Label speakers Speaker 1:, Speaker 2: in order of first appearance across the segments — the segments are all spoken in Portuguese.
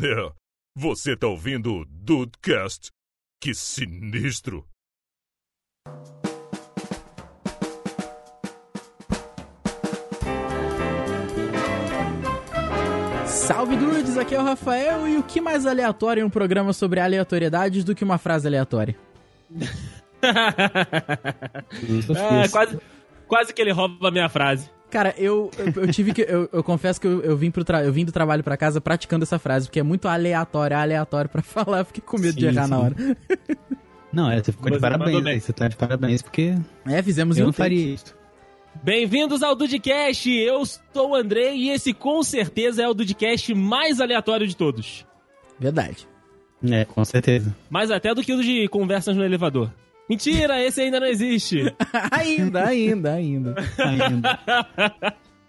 Speaker 1: É, você tá ouvindo o Dudecast? Que sinistro!
Speaker 2: Salve dudes, aqui é o Rafael e o que mais aleatório em um programa sobre aleatoriedades do que uma frase aleatória?
Speaker 3: Ah, quase, quase que ele rouba a minha frase.
Speaker 2: Cara, eu, eu, eu tive que. Eu, eu confesso que eu, eu vim pro tra- eu vim do trabalho pra casa praticando essa frase, porque é muito aleatório, aleatório pra falar, eu fiquei com medo de
Speaker 4: Sim,
Speaker 2: errar na
Speaker 4: sim.
Speaker 2: hora.
Speaker 4: Não, é, você ficou
Speaker 3: Você
Speaker 4: de
Speaker 3: mandou
Speaker 4: parabéns
Speaker 3: bem.
Speaker 4: aí. Você tá de parabéns porque
Speaker 2: É, fizemos
Speaker 4: eu
Speaker 2: um
Speaker 4: não
Speaker 2: take.
Speaker 4: faria isso.
Speaker 3: Bem-vindos ao Dudcast, eu sou o Andrei e esse com certeza é o Dudcast mais aleatório de todos.
Speaker 2: Verdade.
Speaker 4: É, com certeza.
Speaker 3: Mais até do que o de conversas no elevador. Mentira, esse ainda não existe.
Speaker 2: ainda, ainda, ainda.
Speaker 4: Ainda.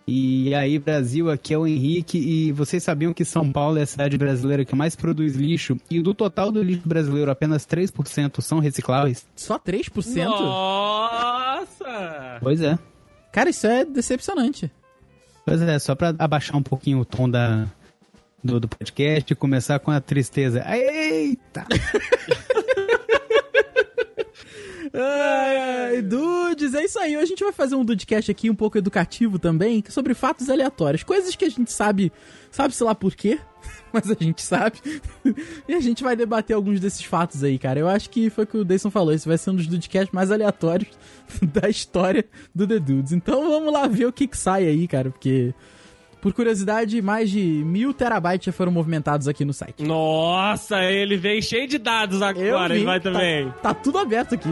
Speaker 4: e aí, Brasil, aqui é o Henrique. E vocês sabiam que São Paulo é a cidade brasileira que mais produz lixo? E do total do lixo brasileiro, apenas 3% são recicláveis?
Speaker 2: Só 3%?
Speaker 3: Nossa!
Speaker 4: Pois é.
Speaker 2: Cara, isso é decepcionante.
Speaker 4: Pois é, só pra abaixar um pouquinho o tom da. Do, do podcast e começar com a tristeza. Eita!
Speaker 2: Ai, dudes, é isso aí. Hoje a gente vai fazer um dudecast aqui um pouco educativo também, sobre fatos aleatórios. Coisas que a gente sabe, sabe sei lá por quê, mas a gente sabe. E a gente vai debater alguns desses fatos aí, cara. Eu acho que foi o que o Dayson falou, esse vai ser um dos dudcasts mais aleatórios da história do The Dudes. Então vamos lá ver o que que sai aí, cara, porque... Por curiosidade, mais de mil terabytes já foram movimentados aqui no site.
Speaker 3: Nossa, ele vem cheio de dados
Speaker 2: Eu
Speaker 3: agora,
Speaker 2: vi,
Speaker 3: ele vai
Speaker 2: tá-
Speaker 3: também.
Speaker 2: Tá tudo aberto aqui.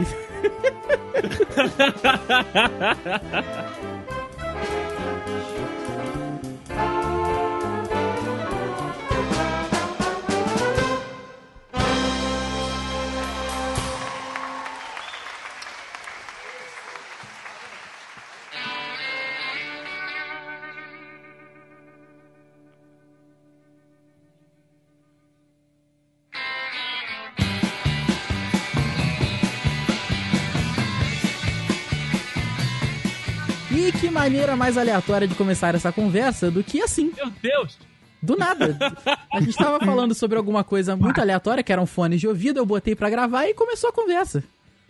Speaker 2: E que maneira mais aleatória de começar essa conversa do que assim,
Speaker 3: Meu Deus!
Speaker 2: do nada. A gente tava falando sobre alguma coisa muito aleatória, que eram fones de ouvido, eu botei pra gravar e começou a conversa.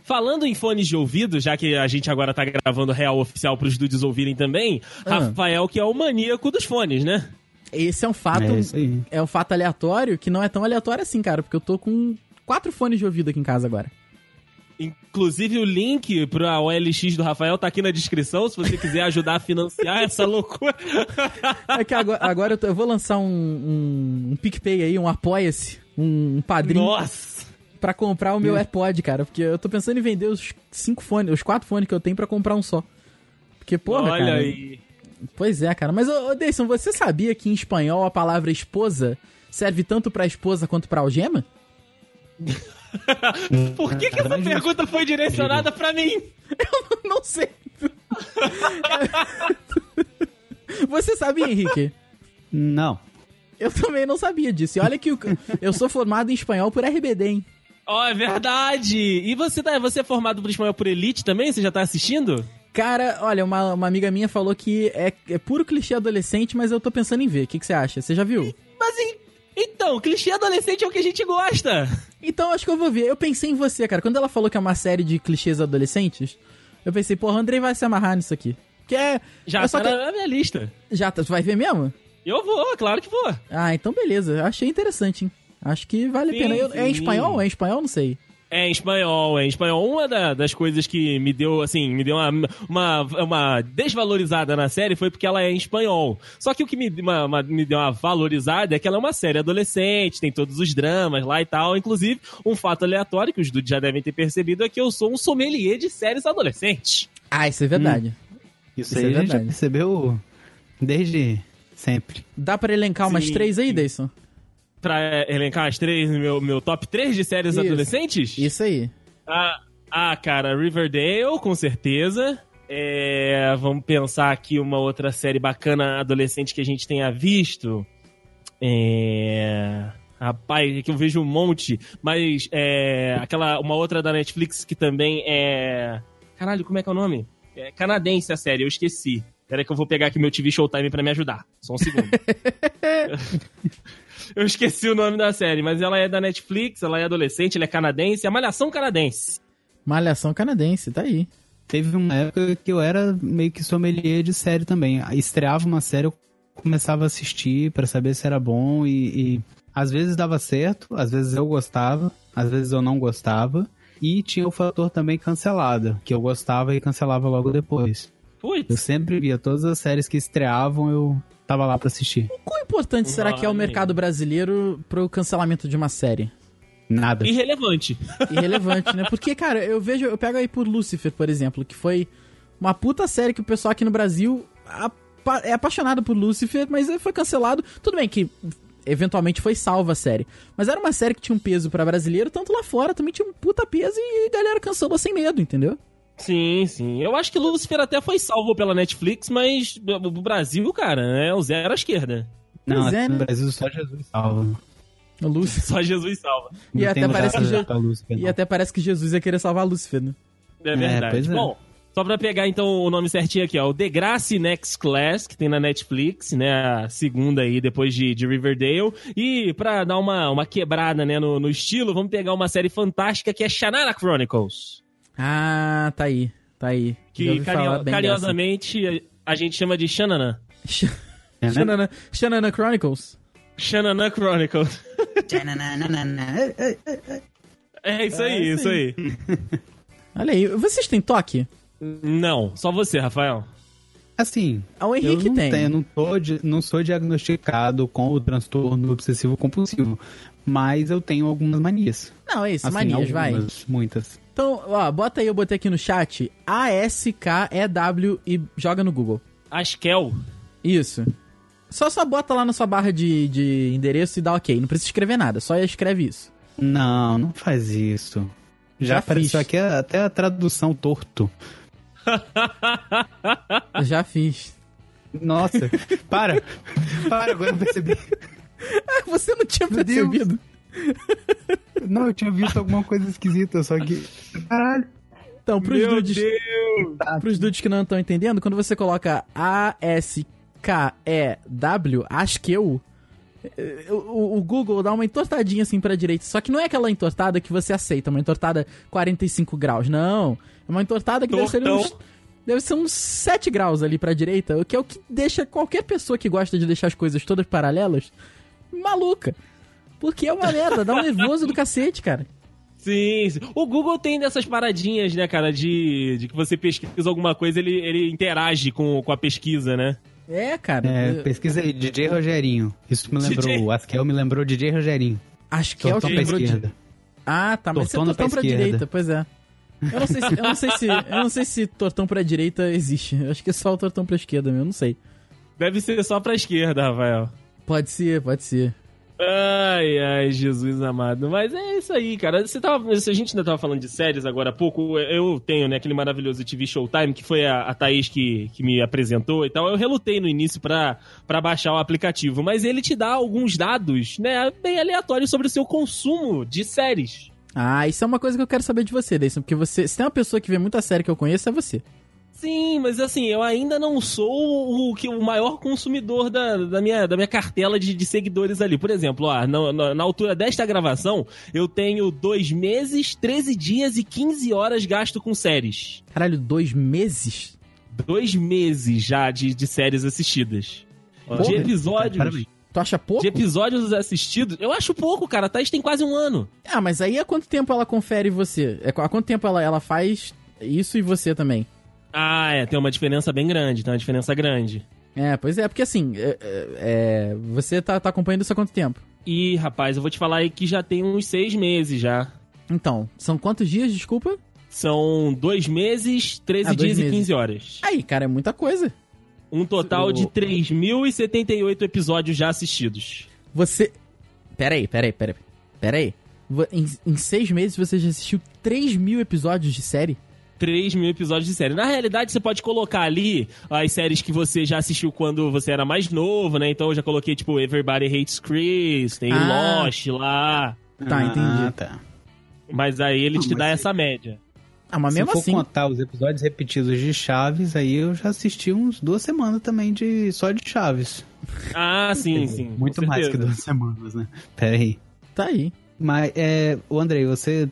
Speaker 3: Falando em fones de ouvido, já que a gente agora tá gravando real oficial pros dudes ouvirem também,
Speaker 2: Ah.
Speaker 3: Rafael que é o maníaco dos fones, né?
Speaker 2: Esse é um fato,
Speaker 4: É isso aí.
Speaker 2: é um fato aleatório que não é tão aleatório assim, cara, porque eu tô com quatro fones de ouvido aqui em casa agora.
Speaker 3: Inclusive, o link pra OLX do Rafael tá aqui na descrição, se você quiser ajudar a financiar essa loucura.
Speaker 2: É que agora, agora eu, tô- eu vou lançar um, um, um PicPay aí, um Apoia-se, um, um padrinho
Speaker 3: Nossa! Hum.
Speaker 2: pra comprar o meu AirPod, cara, porque eu tô pensando em vender os cinco fones, os quatro fones que eu tenho pra comprar um só. Porque, porra,
Speaker 3: Olha
Speaker 2: cara,
Speaker 3: aí.
Speaker 2: Pois é, cara. Mas, ô, ô Deison, você sabia que em espanhol a palavra esposa serve tanto pra esposa quanto pra algema?
Speaker 3: Por que, que essa pergunta foi direcionada pra mim?
Speaker 2: Não sei. você sabia, Henrique?
Speaker 4: Não.
Speaker 2: Eu também não sabia disso. E olha que o- eu sou formado em espanhol por RBD, hein?
Speaker 3: Ó, é verdade! E você, tá, você é formado por espanhol por elite também? Você já tá assistindo?
Speaker 2: Cara, olha, uma, uma amiga minha falou que é, é puro clichê adolescente, mas eu tô pensando em ver. O que, que você acha? Você já viu?
Speaker 3: Mas em- então, clichê adolescente é o que a gente gosta.
Speaker 2: Então acho que eu vou ver. Eu pensei em você, cara. Quando ela falou que é uma série de clichês adolescentes, eu pensei, porra, o Andrei vai se amarrar nisso aqui. Que é.
Speaker 3: Já
Speaker 2: é
Speaker 3: tá
Speaker 2: só que-
Speaker 3: na minha lista.
Speaker 2: Já, tá- tu vai ver mesmo?
Speaker 3: Eu vou, claro que vou.
Speaker 2: Ah, então beleza. Eu Achei interessante, hein? Acho que vale
Speaker 3: Sim,
Speaker 2: a pena. Eu- é em
Speaker 3: sim.
Speaker 2: espanhol? É em espanhol? Não sei.
Speaker 3: É em espanhol, é em espanhol. Uma da- das coisas que me deu, assim, me deu uma, uma, uma desvalorizada na série foi porque ela é em espanhol. Só que o que me, uma- uma- me deu uma valorizada é que ela é uma série adolescente, tem todos os dramas lá e tal. Inclusive, um fato aleatório que os dudes já devem ter percebido é que eu sou um sommelier de séries adolescentes.
Speaker 2: Ah, isso é verdade.
Speaker 4: Isso,
Speaker 2: Isso
Speaker 4: aí
Speaker 2: é
Speaker 4: a gente já
Speaker 2: verdade.
Speaker 4: percebeu desde sempre.
Speaker 2: Dá pra elencar umas
Speaker 3: Sim,
Speaker 2: três aí,
Speaker 3: sim.
Speaker 2: Deison?
Speaker 3: Pra elencar as três, meu, meu top três de séries
Speaker 2: Isso.
Speaker 3: adolescentes?
Speaker 2: Isso aí.
Speaker 3: Ah, ah, cara, Riverdale, com certeza. É, vamos pensar aqui uma outra série bacana adolescente que a gente tenha visto. É, rapaz, é que eu vejo um monte, mas é, aquela uma outra da Netflix que também é caralho, como é que é o nome? É canadense a série, eu esqueci. Peraí que eu vou pegar aqui meu TV Showtime pra me ajudar. Só um segundo. Eu esqueci o nome da série, mas ela é da Netflix, ela é adolescente, ela é canadense, é Malhação Canadense.
Speaker 2: Malhação canadense, tá aí.
Speaker 4: Teve uma época que eu era meio que sommelier de série também. Estreava uma série, eu começava a assistir pra saber se era bom e, e às vezes dava certo, às vezes eu gostava, às vezes eu não gostava. E tinha o fator também cancelada, que eu gostava e cancelava logo depois. Eu
Speaker 3: Putz,
Speaker 4: sempre via todas as séries que estreavam, eu tava lá pra assistir.
Speaker 2: Quão importante será que é o
Speaker 3: Vale.
Speaker 2: mercado brasileiro pro cancelamento de uma série?
Speaker 4: Nada.
Speaker 3: irrelevante.
Speaker 2: Irrelevante, né? Porque, cara, eu vejo, eu pego aí por Lucifer, por exemplo, que foi uma puta série que o pessoal aqui no Brasil apa- é apaixonado por Lucifer, mas foi cancelado. Tudo bem que eventualmente foi salva a série. Mas era uma série que tinha um peso pra brasileiro, tanto lá fora também tinha um puta peso e a galera cancelou sem medo, entendeu?
Speaker 3: Sim, sim. Eu acho que Lucifer até foi salvo pela Netflix, mas o Brasil, cara, é o zero à esquerda.
Speaker 4: Não,
Speaker 2: Pois é,
Speaker 4: aqui no
Speaker 2: né?
Speaker 4: Brasil só Jesus salva.
Speaker 2: O Lúcifer.
Speaker 3: Só Jesus salva.
Speaker 2: E
Speaker 4: Não
Speaker 2: até
Speaker 4: tem
Speaker 2: parece que
Speaker 4: graça
Speaker 2: já-
Speaker 4: pra luz, é
Speaker 2: E
Speaker 4: não.
Speaker 2: até parece que Jesus ia querer salvar Lúcifer, né?
Speaker 3: É verdade.
Speaker 4: pois é.
Speaker 3: Bom, só pra pegar então o nome certinho aqui, ó. O Degrassi Next Class, que tem na Netflix, né? A segunda aí, depois de, de Riverdale. E pra dar uma, uma quebrada, né, no, no estilo, vamos pegar uma série fantástica que é Shannara Chronicles.
Speaker 2: Ah, tá aí, tá aí. Já
Speaker 3: Que
Speaker 2: ouvi falar
Speaker 3: carinho-
Speaker 2: bem
Speaker 3: carinhosamente a, a gente chama de Shannana.
Speaker 2: dessa.
Speaker 4: É, né?
Speaker 2: Xanana, Xanana Chronicles.
Speaker 3: Shannana Chronicles. É isso aí,
Speaker 2: É isso
Speaker 3: isso aí.
Speaker 2: Olha aí, vocês têm toque?
Speaker 3: Não, só você, Rafael.
Speaker 4: Assim,
Speaker 2: Ah, O
Speaker 4: eu
Speaker 2: Henrique
Speaker 4: não,
Speaker 2: tem.
Speaker 4: tenho, não, tô di- não sou diagnosticado com o transtorno obsessivo compulsivo, mas eu tenho algumas manias.
Speaker 2: Não, é isso,
Speaker 4: Assim,
Speaker 2: manias, vai.
Speaker 4: algumas, Muitas.
Speaker 2: Então, ó, bota aí, eu botei aqui no chat, A-S-K-E-W e joga no Google.
Speaker 3: Askel.
Speaker 2: Isso. Só só bota lá na sua barra de, de endereço e dá ok. Não precisa escrever nada, só escreve isso.
Speaker 4: Não, não faz isso. Já,
Speaker 2: Já
Speaker 4: apareceu
Speaker 2: fiz.
Speaker 4: aqui a- até a tradução torto. Ah.
Speaker 2: Eu já fiz.
Speaker 4: Nossa, para. Para, agora eu percebi.
Speaker 2: Ah, Você não tinha
Speaker 4: Meu Deus.
Speaker 2: percebido.
Speaker 4: Não, eu tinha visto alguma coisa esquisita, só que. Caralho.
Speaker 2: Então, pros
Speaker 3: Meu
Speaker 2: dudes, pros dudes que não estão entendendo, quando você coloca A-S-K-E-W, acho que eu, eh, o, o Google dá uma entortadinha assim pra direita. Só que não é aquela entortada que você aceita, uma entortada 45 graus, não. É uma entortada que deve ser,
Speaker 3: Tortão.
Speaker 2: uns, deve ser uns 7 graus ali pra direita, o que é o que deixa qualquer pessoa que gosta de deixar as coisas todas paralelas maluca. Porque é uma merda, dá um nervoso do cacete, cara.
Speaker 3: Sim, sim. o Google tem dessas paradinhas, né, cara, de, de que você pesquisa alguma coisa, ele, ele interage com, com a pesquisa, né?
Speaker 2: É, cara.
Speaker 4: É,
Speaker 2: eu-
Speaker 4: pesquisa aí, DJ Rogerinho. Isso me lembrou,
Speaker 3: DJ.
Speaker 4: o Askel me lembrou DJ Rogerinho.
Speaker 2: Acho que é o
Speaker 4: Tortão
Speaker 2: que
Speaker 4: pra
Speaker 2: lembrou de-
Speaker 4: esquerda.
Speaker 2: Ah, tá, mas
Speaker 4: Tortão
Speaker 2: tortão, é tortão
Speaker 4: pra
Speaker 2: pra,
Speaker 4: esquerda.
Speaker 2: direita, pois é. Eu não sei se, eu não sei se, eu não sei se tortão pra direita existe. Eu acho que é só o tortão pra esquerda mesmo, eu não sei.
Speaker 3: Deve ser só pra esquerda, Rafael.
Speaker 2: Pode ser, pode ser.
Speaker 3: Ai, ai, Jesus amado. Mas é isso aí, cara. Você tava, se a gente ainda tava falando de séries agora há pouco, eu tenho, né, aquele maravilhoso TV Showtime, que foi a, a Thaís que, que me apresentou e tal. Eu relutei no início pra, pra baixar o aplicativo, mas ele te dá alguns dados, né, bem aleatórios sobre o seu consumo de séries.
Speaker 2: Ah, isso é uma coisa que eu quero saber de você, Deison, porque você, se tem uma pessoa que vê muita série que eu conheço, é você.
Speaker 3: Sim, mas assim, eu ainda não sou o, que, o maior consumidor da, da, minha, da minha cartela de, de seguidores ali. Por exemplo, ó, na, na- na altura desta gravação, eu tenho dois meses, 13 dias e 15 horas gasto com séries.
Speaker 2: Caralho, dois meses?
Speaker 3: Dois meses já de, de séries assistidas.
Speaker 4: Porra,
Speaker 3: de
Speaker 4: cara,
Speaker 3: episódios.
Speaker 4: parabéns.
Speaker 2: Tu acha pouco?
Speaker 3: de episódios assistidos. Eu acho pouco, cara. A Thaís tem quase um ano.
Speaker 2: Ah, mas aí há quanto tempo ela confere você? É qu- Há quanto tempo ela, ela faz isso e você também?
Speaker 3: Ah, é. Tem uma diferença bem grande. Tem uma diferença grande.
Speaker 2: É, pois é, porque assim, é, é, é, você tá, tá acompanhando isso há quanto tempo?
Speaker 3: E, rapaz, eu vou te falar aí que já tem uns seis meses já.
Speaker 2: Então, são quantos dias, desculpa?
Speaker 3: São dois meses, 13
Speaker 2: Ah, dois
Speaker 3: dias e
Speaker 2: meses.
Speaker 3: 15 horas.
Speaker 2: Aí, cara, é muita coisa.
Speaker 3: Um total
Speaker 2: O-
Speaker 3: de 3.078 episódios já assistidos.
Speaker 2: Você. Peraí, peraí, peraí. Peraí. Vo- Em, em seis meses você já assistiu 3 mil episódios de série?
Speaker 3: 3 mil episódios de série. Na realidade, você pode colocar ali as séries que você já assistiu quando você era mais novo, né? Então eu já coloquei, tipo, Everybody Hates Chris, tem
Speaker 2: Ah.
Speaker 3: Lost lá.
Speaker 2: Tá, entendi.
Speaker 4: tá.
Speaker 3: Mas aí ele
Speaker 4: Ah,
Speaker 3: te
Speaker 4: mas
Speaker 3: dá
Speaker 4: aí-
Speaker 3: essa média.
Speaker 2: Ah, mas mesmo
Speaker 4: Se for
Speaker 2: assim.
Speaker 4: contar os episódios repetidos de Chaves, aí eu já assisti uns duas semanas também de só de Chaves.
Speaker 3: Ah, sim, sim. com
Speaker 4: Muito mais que
Speaker 3: certeza.
Speaker 4: duas semanas, né? Pera aí.
Speaker 2: Tá aí.
Speaker 4: Mas, é, o Andrei, você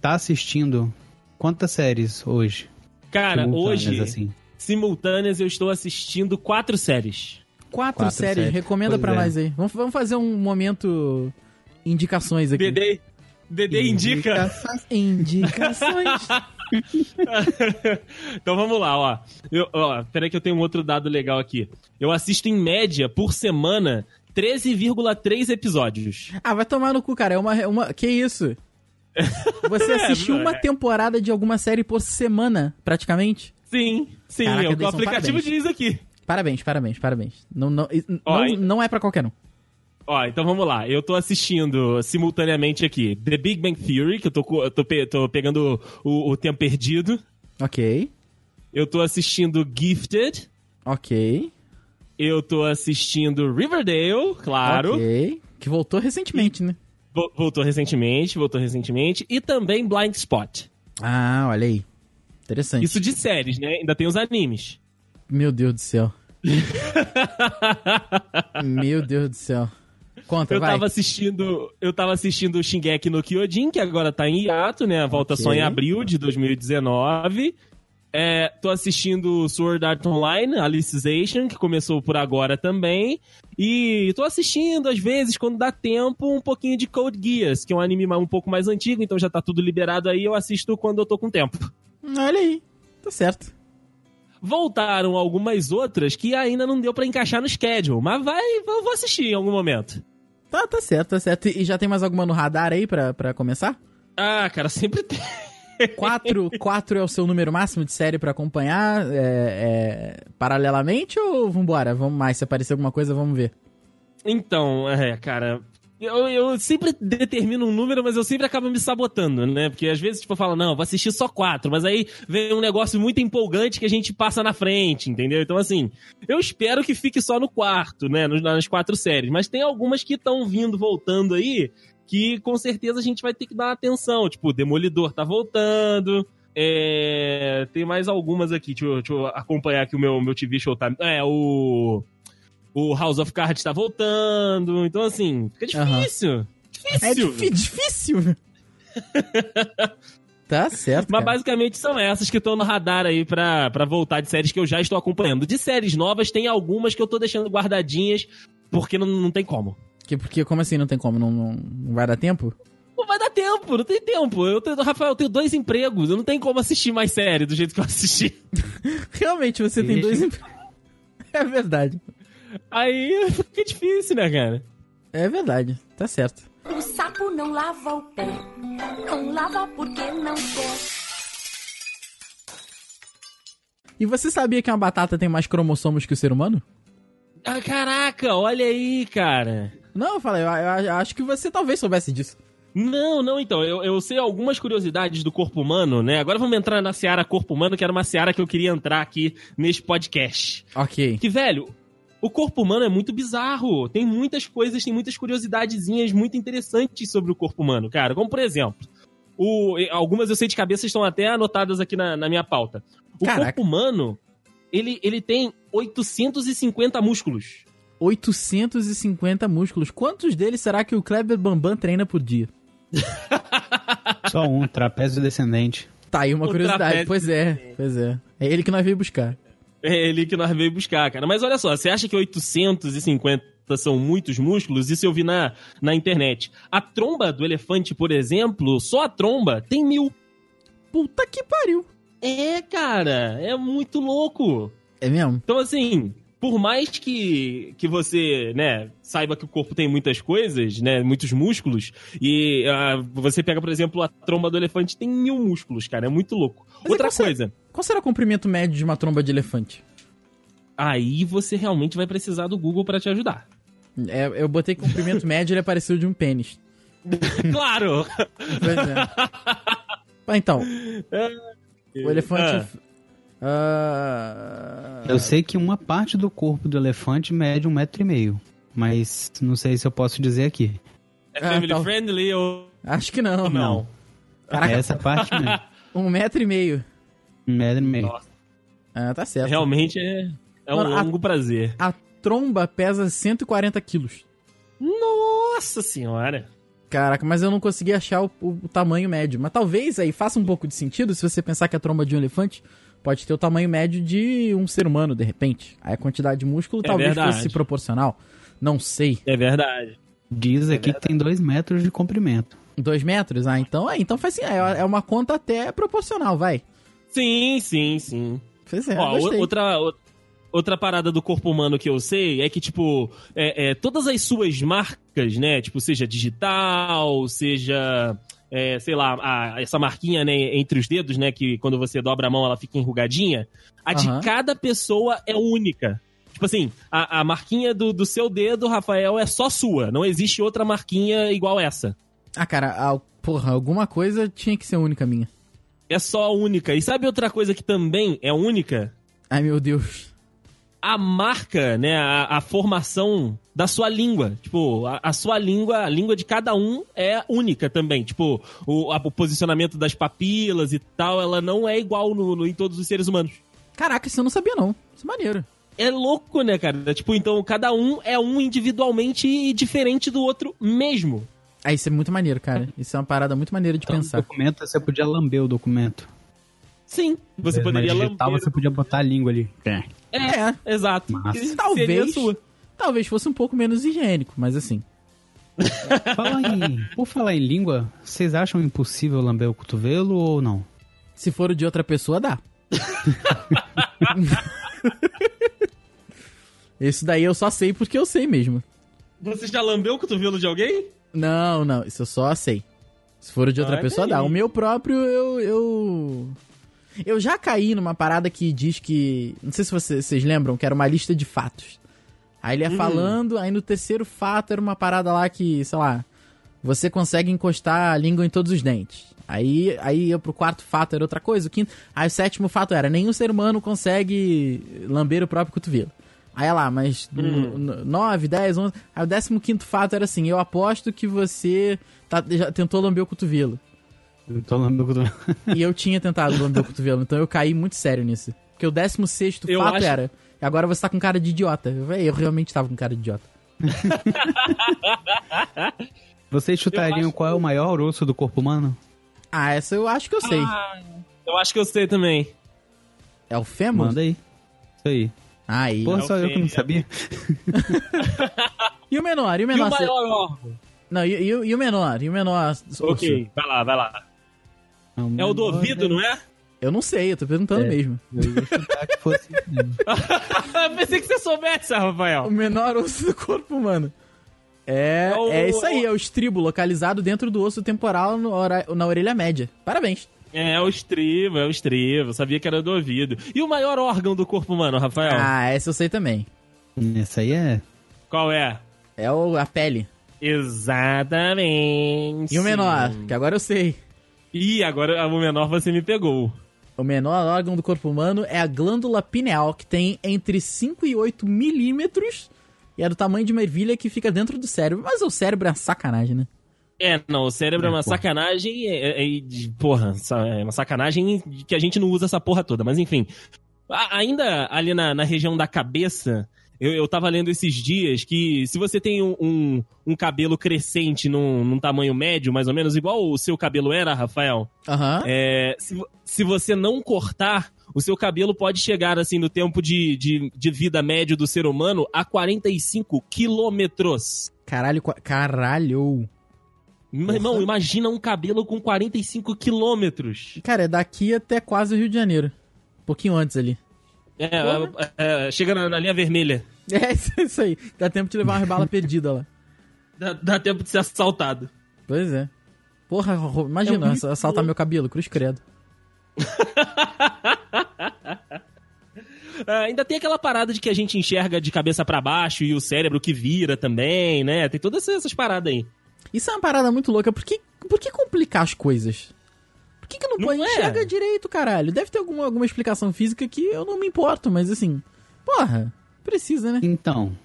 Speaker 4: tá assistindo quantas séries hoje?
Speaker 3: Cara,
Speaker 4: Simultâneas,
Speaker 3: hoje,
Speaker 4: assim.
Speaker 3: simultâneas, eu estou assistindo quatro séries.
Speaker 2: Quatro,
Speaker 4: Quatro
Speaker 2: séries,
Speaker 4: séries.
Speaker 2: recomenda
Speaker 4: Pois
Speaker 2: pra
Speaker 4: é.
Speaker 2: nós aí. Vamos, vamos fazer um momento indicações aqui.
Speaker 3: Dedê, Dedê indica.
Speaker 2: Indicações.
Speaker 3: então vamos lá, ó. Eu, ó. Peraí que eu tenho um outro dado legal aqui. Eu assisto em média, por semana, 13,3 episódios.
Speaker 2: ah, vai tomar no cu, cara. É uma. é uma... Que isso? Você assistiu uma temporada de alguma série por semana, praticamente?
Speaker 3: Sim, sim,
Speaker 2: Caraca,
Speaker 3: é o que o
Speaker 2: Deison,
Speaker 3: aplicativo
Speaker 2: parabéns.
Speaker 3: diz aqui.
Speaker 2: Parabéns, parabéns, parabéns. Não, não, e- não,
Speaker 3: Ó, e-
Speaker 2: não é pra qualquer um.
Speaker 3: Ó, então vamos lá. Eu tô assistindo simultaneamente aqui The Big Bang Theory, que eu tô, co- eu tô, pe- tô pegando o, o tempo perdido.
Speaker 2: Ok,
Speaker 3: Eu tô assistindo Gifted.
Speaker 2: ok.
Speaker 3: Eu tô assistindo Riverdale, claro.
Speaker 2: Ok. Que voltou recentemente, né?
Speaker 3: Vo- Voltou recentemente, voltou recentemente. E também Blind Spot.
Speaker 2: Ah, olha aí. Interessante.
Speaker 3: Isso de séries, né? Ainda tem os animes.
Speaker 2: Meu Deus do céu. Meu Deus do céu. Conta,
Speaker 3: Eu
Speaker 2: vai.
Speaker 3: tava assistindo, eu tava assistindo o Shingeki no Kyojin, que agora tá em hiato, né? A volta
Speaker 2: Ok.
Speaker 3: só em abril de 2019. É, tô assistindo Sword Art Online, Alicization, que começou por agora também. E tô assistindo, às vezes, quando dá tempo, um pouquinho de Code Geass, que é um anime ma- um pouco mais antigo, então já tá tudo liberado aí, eu assisto quando eu tô com tempo.
Speaker 2: Olha aí. Tá certo.
Speaker 3: Voltaram algumas outras que ainda não deu pra encaixar no schedule, mas vai, eu vou assistir em algum momento.
Speaker 2: Tá, tá certo, tá certo. E já tem mais alguma no radar aí pra, pra começar?
Speaker 3: Ah, cara, sempre tem.
Speaker 2: Quatro, quatro é o seu número máximo de série pra acompanhar é, é, paralelamente ou vambora? Vamos mais, se aparecer alguma coisa, vamos ver.
Speaker 3: Então, é, cara. Eu, eu sempre determino um número, mas eu sempre acabo me sabotando, né? Porque às vezes, tipo, eu falo, não, vou assistir só quatro, mas aí vem um negócio muito empolgante que a gente passa na frente, entendeu? Então, assim, eu espero que fique só no quarto, né? Nos- Nas quatro séries. Mas tem algumas que estão vindo, voltando aí, que com certeza a gente vai ter que dar atenção. Tipo, Demolidor tá voltando. É, tem mais algumas aqui. Deixa eu, deixa eu acompanhar aqui o meu, meu TV Showtime. É, o o House of Cards tá voltando. Então, assim, fica
Speaker 2: Aham.
Speaker 3: difícil. Difícil.
Speaker 2: É difí- difícil. tá certo.
Speaker 3: Mas
Speaker 2: Cara.
Speaker 3: basicamente são essas que estão no radar aí pra, pra voltar de séries que eu já estou acompanhando. De séries novas, tem algumas que eu tô deixando guardadinhas, porque não, não tem como.
Speaker 2: Que, porque, como assim? Não tem como? Não, não- não vai dar tempo?
Speaker 3: Não vai dar tempo, não tem tempo. Eu tenho, Rafael, eu tenho dois empregos, eu não tenho como assistir mais série do jeito que eu assisti.
Speaker 2: Realmente, você tem
Speaker 4: Ixi.
Speaker 2: dois. empre- É verdade.
Speaker 3: Aí fica difícil, né, cara?
Speaker 2: É verdade. Tá certo.
Speaker 5: O sapo não lava o pé. Não lava porque não quer.
Speaker 2: E você sabia que uma batata tem mais cromossomos que o ser humano?
Speaker 3: Ah, caraca, olha aí, cara.
Speaker 2: Não, eu falei, eu, eu acho que você talvez soubesse disso.
Speaker 3: Não, não, então. Eu, eu sei algumas curiosidades do corpo humano, né? Agora vamos entrar na seara corpo humano, que era uma seara que eu queria entrar aqui neste podcast.
Speaker 2: Ok.
Speaker 3: Que, velho, o corpo humano é muito bizarro. Tem muitas coisas, tem muitas curiosidadezinhas muito interessantes sobre o corpo humano, cara. Como, por exemplo, o, e- algumas eu sei de cabeça estão até anotadas aqui na, na minha pauta. O
Speaker 2: Caraca.
Speaker 3: corpo humano, ele, ele tem 850 músculos.
Speaker 2: 850 músculos. Quantos deles será que o Kleber Bambam treina por dia?
Speaker 4: Só um, trapézio descendente.
Speaker 2: Tá aí uma
Speaker 3: O
Speaker 2: curiosidade.
Speaker 3: trapézio.
Speaker 2: Pois é, pois é. É ele que nós veio buscar.
Speaker 3: É ele que nós veio buscar, cara. Mas olha só, você acha que 850 são muitos músculos? Isso eu vi na, na internet. A tromba do elefante, por exemplo, só a tromba tem mil.
Speaker 2: Puta que pariu.
Speaker 3: É, cara, é muito louco.
Speaker 2: É mesmo?
Speaker 3: Então, assim, por mais que, que você, né, saiba que o corpo tem muitas coisas, né, muitos músculos, e ah, você pega, por exemplo, a tromba do elefante tem mil músculos, cara, é muito louco.
Speaker 2: Mas é
Speaker 3: Outra
Speaker 2: que você-
Speaker 3: coisa,
Speaker 2: Qual será o comprimento médio de uma tromba de elefante?
Speaker 3: aí você realmente vai precisar do Google pra te ajudar.
Speaker 2: É, eu botei comprimento médio e ele apareceu de um pênis.
Speaker 3: É claro!
Speaker 2: Pois é. Ah, então, o elefante. Ah.
Speaker 4: Eu sei que uma parte do corpo do elefante mede um metro e meio. Mas não sei se eu posso dizer aqui.
Speaker 3: É
Speaker 2: Ah,
Speaker 3: family
Speaker 2: tá.
Speaker 3: friendly ou
Speaker 2: Acho que não.
Speaker 3: não?
Speaker 2: Caraca,
Speaker 4: É essa parte mesmo.
Speaker 2: Um metro e meio.
Speaker 4: Um metro e meio.
Speaker 3: Nossa.
Speaker 2: Ah, tá certo.
Speaker 3: Realmente é, é um
Speaker 2: Mano, a-
Speaker 3: longo prazer.
Speaker 2: A tromba pesa 140 quilos.
Speaker 3: Nossa senhora.
Speaker 2: Caraca, mas eu não consegui achar o, o- o tamanho médio. Mas talvez aí faça um pouco de sentido se você pensar que a tromba de um elefante pode ter o tamanho médio de um ser humano, de repente. Aí a quantidade de músculo
Speaker 3: É
Speaker 2: talvez
Speaker 3: verdade.
Speaker 2: fosse proporcional. Não sei.
Speaker 3: É verdade.
Speaker 4: Diz aqui que tem dois metros de comprimento.
Speaker 2: Dois metros? Ah, então é. Então faz assim. É, é uma conta até proporcional, vai.
Speaker 3: Sim, sim, sim.
Speaker 2: Pois é,
Speaker 3: Ó, o-
Speaker 2: gostei.
Speaker 3: outra, o- outra parada do corpo humano que eu sei é que, tipo, é, é, todas as suas marcas, né? Tipo, seja digital, seja. é, sei lá, a- essa marquinha né, entre os dedos, né? Que quando você dobra a mão ela fica enrugadinha. A de
Speaker 2: Aham.
Speaker 3: cada pessoa é única. Tipo assim, a, a marquinha do, do seu dedo, Rafael, é só sua. Não existe outra marquinha igual essa.
Speaker 2: Ah, cara, ah, porra, alguma coisa tinha que ser única minha.
Speaker 3: É só única. E sabe outra coisa que também é única?
Speaker 2: Ai, meu Deus.
Speaker 3: a marca, né, a, a formação da sua língua. Tipo, a, a sua língua, a língua de cada um é única também. Tipo, o, a- o posicionamento das papilas e tal, ela não é igual no, no- em todos os seres humanos.
Speaker 2: Caraca, isso eu não sabia, não. Isso é maneiro.
Speaker 3: É louco, né, cara? Tipo, então cada um é um individualmente e diferente do outro mesmo.
Speaker 2: Ah, isso é muito maneiro, cara. Isso é uma parada muito maneira de
Speaker 4: Então, no
Speaker 2: pensar.
Speaker 4: documento, você podia lamber o documento.
Speaker 3: Sim, você
Speaker 4: Na
Speaker 3: poderia
Speaker 4: digital,
Speaker 3: lamber.
Speaker 4: você podia botar a língua ali. É.
Speaker 2: É,
Speaker 3: Exato.
Speaker 4: Massa.
Speaker 3: Que seria
Speaker 2: Talvez.
Speaker 3: a sua.
Speaker 2: Talvez fosse um pouco menos higiênico, mas assim.
Speaker 4: Fala em, por falar em língua, vocês acham impossível lamber o cotovelo ou não?
Speaker 2: Se for o de outra pessoa, dá. Isso daí eu só sei porque eu sei mesmo.
Speaker 3: Você já lambeu o cotovelo de alguém?
Speaker 2: Não, não, isso eu só sei. Se for o de outra
Speaker 3: Ah,
Speaker 2: pessoa, dá.
Speaker 3: entendi.
Speaker 2: O meu próprio, eu, eu. Eu já caí numa parada que diz que. Não sei se vocês, vocês lembram, que era uma lista de fatos. Aí ele ia falando, aí no terceiro fato era uma parada lá que, sei lá, você consegue encostar a língua em todos os dentes. Aí, aí ia pro quarto fato, era outra coisa. O quinto, aí o sétimo fato era, nenhum ser humano consegue lamber o próprio cotovelo. Aí é lá, mas 9, 10, 11... Aí o décimo quinto fato era assim, eu aposto que você tá- já tentou lamber o cotovelo.
Speaker 4: Eu tô lambendo o cotovelo.
Speaker 2: e eu tinha tentado lamber o cotovelo, então eu caí muito sério nisso. Porque o décimo sexto
Speaker 3: Eu
Speaker 2: fato
Speaker 3: acho-
Speaker 2: era, agora você tá com cara de idiota. Eu, falei, eu realmente tava com cara de idiota.
Speaker 4: Vocês chutariam
Speaker 3: acho
Speaker 4: qual é o maior osso do corpo humano?
Speaker 2: Ah, essa eu acho que eu sei.
Speaker 3: Eu acho que eu sei também.
Speaker 2: É o fêmur? Ah,
Speaker 4: Manda aí. Isso aí.
Speaker 2: Aí.
Speaker 4: Porra,
Speaker 3: é o
Speaker 4: só eu que não sabia.
Speaker 3: fêmea.
Speaker 2: E o menor, e o
Speaker 3: E
Speaker 2: menor?
Speaker 3: o maior órgão?
Speaker 2: Não, e, e o- e o menor, e o menor?
Speaker 3: Ok, vai lá, vai lá. É o do ouvido,
Speaker 4: né?
Speaker 3: não é?
Speaker 2: Eu não sei, eu tô perguntando
Speaker 4: É.
Speaker 2: mesmo.
Speaker 4: Eu ia chutar que fosse.
Speaker 3: Pensei que você soubesse,
Speaker 2: O
Speaker 3: Rafael.
Speaker 2: menor osso do corpo humano. É,
Speaker 3: É o-
Speaker 2: é isso aí, é o estribo localizado dentro do osso temporal no ora- na orelha média. Parabéns.
Speaker 3: É, é o estribo, é o estribo. Eu Sabia que era do ouvido. E o maior órgão do corpo humano, Rafael?
Speaker 2: Ah, essa eu sei também.
Speaker 4: Essa aí é.
Speaker 3: Qual é?
Speaker 2: É o, a pele.
Speaker 3: Exatamente.
Speaker 2: E o menor, que agora eu sei.
Speaker 3: Ih, agora o menor você me pegou.
Speaker 2: O menor órgão do corpo humano é a glândula pineal, que tem entre 5 e 8 milímetros e é do tamanho de uma ervilha que fica dentro do cérebro. Mas o cérebro é uma sacanagem, né?
Speaker 3: É, não, o cérebro é,
Speaker 4: É,
Speaker 3: uma
Speaker 4: porra.
Speaker 3: sacanagem. É, é- é de- porra, sa- é uma sacanagem que a gente não usa essa porra toda, mas enfim. A- ainda ali na, na região da cabeça, eu, eu tava lendo esses dias que se você tem um, um, um cabelo crescente num, num tamanho médio, mais ou menos, igual o seu cabelo era, Rafael,
Speaker 2: Aham.
Speaker 3: é, se, vo- se você não cortar, o seu cabelo pode chegar, assim, no tempo de, de, de vida médio do ser humano a 45 quilômetros.
Speaker 2: Caralho, qua- caralho.
Speaker 3: Meu irmão, imagina um cabelo com 45 quilômetros.
Speaker 2: Cara, é daqui até quase o Rio de Janeiro. Um pouquinho antes ali.
Speaker 3: É, é, é, chega na, na linha vermelha.
Speaker 2: É isso- isso aí. Dá tempo de levar uma bala perdida lá.
Speaker 3: Dá, dá tempo de ser assaltado.
Speaker 2: Pois é. Porra, Ro- imagina,
Speaker 3: É
Speaker 2: assa- assaltar meu cabelo, cruz credo.
Speaker 3: Ah, ainda tem aquela parada de que a gente enxerga de cabeça pra baixo e o cérebro que vira também, né? Tem todas essas- essas paradas aí.
Speaker 2: Isso é uma parada muito louca. Por que, por que complicar as coisas? Por que, que não,
Speaker 3: Não
Speaker 2: põe
Speaker 3: é.
Speaker 2: enxerga direito, caralho? Deve ter alguma, alguma explicação física que eu não me importo, mas assim. Porra, precisa, né?
Speaker 4: Então,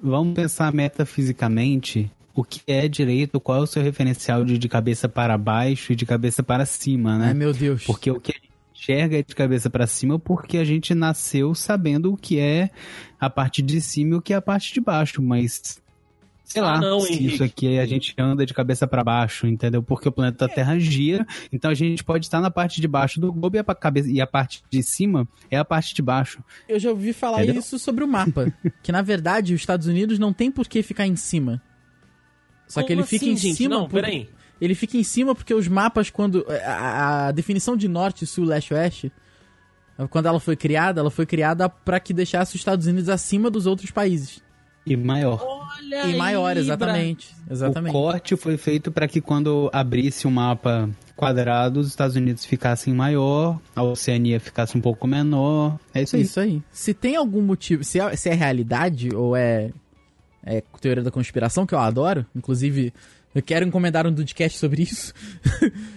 Speaker 4: vamos pensar metafisicamente o que é direito, qual é o seu referencial de, de cabeça para baixo e de cabeça para cima, né?
Speaker 2: Ai, meu Deus.
Speaker 4: Porque o que a gente enxerga é de cabeça para cima porque a gente nasceu sabendo o que é a parte de cima e o que é a parte de baixo, mas sei lá,
Speaker 3: Ah, não,
Speaker 4: se
Speaker 3: Henrique.
Speaker 4: isso aqui a gente anda de cabeça para baixo, entendeu? Porque o
Speaker 3: É.
Speaker 4: planeta Terra gira, então a gente pode estar na parte de baixo do globo e a, pa- cabeça, e a parte de cima é a parte de baixo.
Speaker 2: Eu já ouvi falar
Speaker 4: Entendeu?
Speaker 2: isso sobre o mapa. que na verdade os Estados Unidos não tem por que ficar em cima. Só que
Speaker 3: Como
Speaker 2: ele fica
Speaker 3: assim,
Speaker 2: em
Speaker 3: gente?
Speaker 2: cima.
Speaker 3: Não,
Speaker 2: por-
Speaker 3: peraí.
Speaker 2: Ele fica em cima porque os mapas, quando. é, A, a- a definição de norte, sul, leste, oeste, quando ela foi criada, ela foi criada pra que deixasse os Estados Unidos acima dos outros países.
Speaker 4: E maior.
Speaker 3: Olha
Speaker 2: e maior, exatamente.
Speaker 4: O
Speaker 2: Exatamente.
Speaker 4: corte foi feito para que quando abrisse o mapa quadrado, os Estados Unidos ficassem maior, a Oceania ficasse um pouco menor. É isso aí.
Speaker 2: Isso aí. Se tem algum motivo, se é, se é realidade ou é, é teoria da conspiração, que eu adoro, inclusive eu quero encomendar um podcast sobre isso.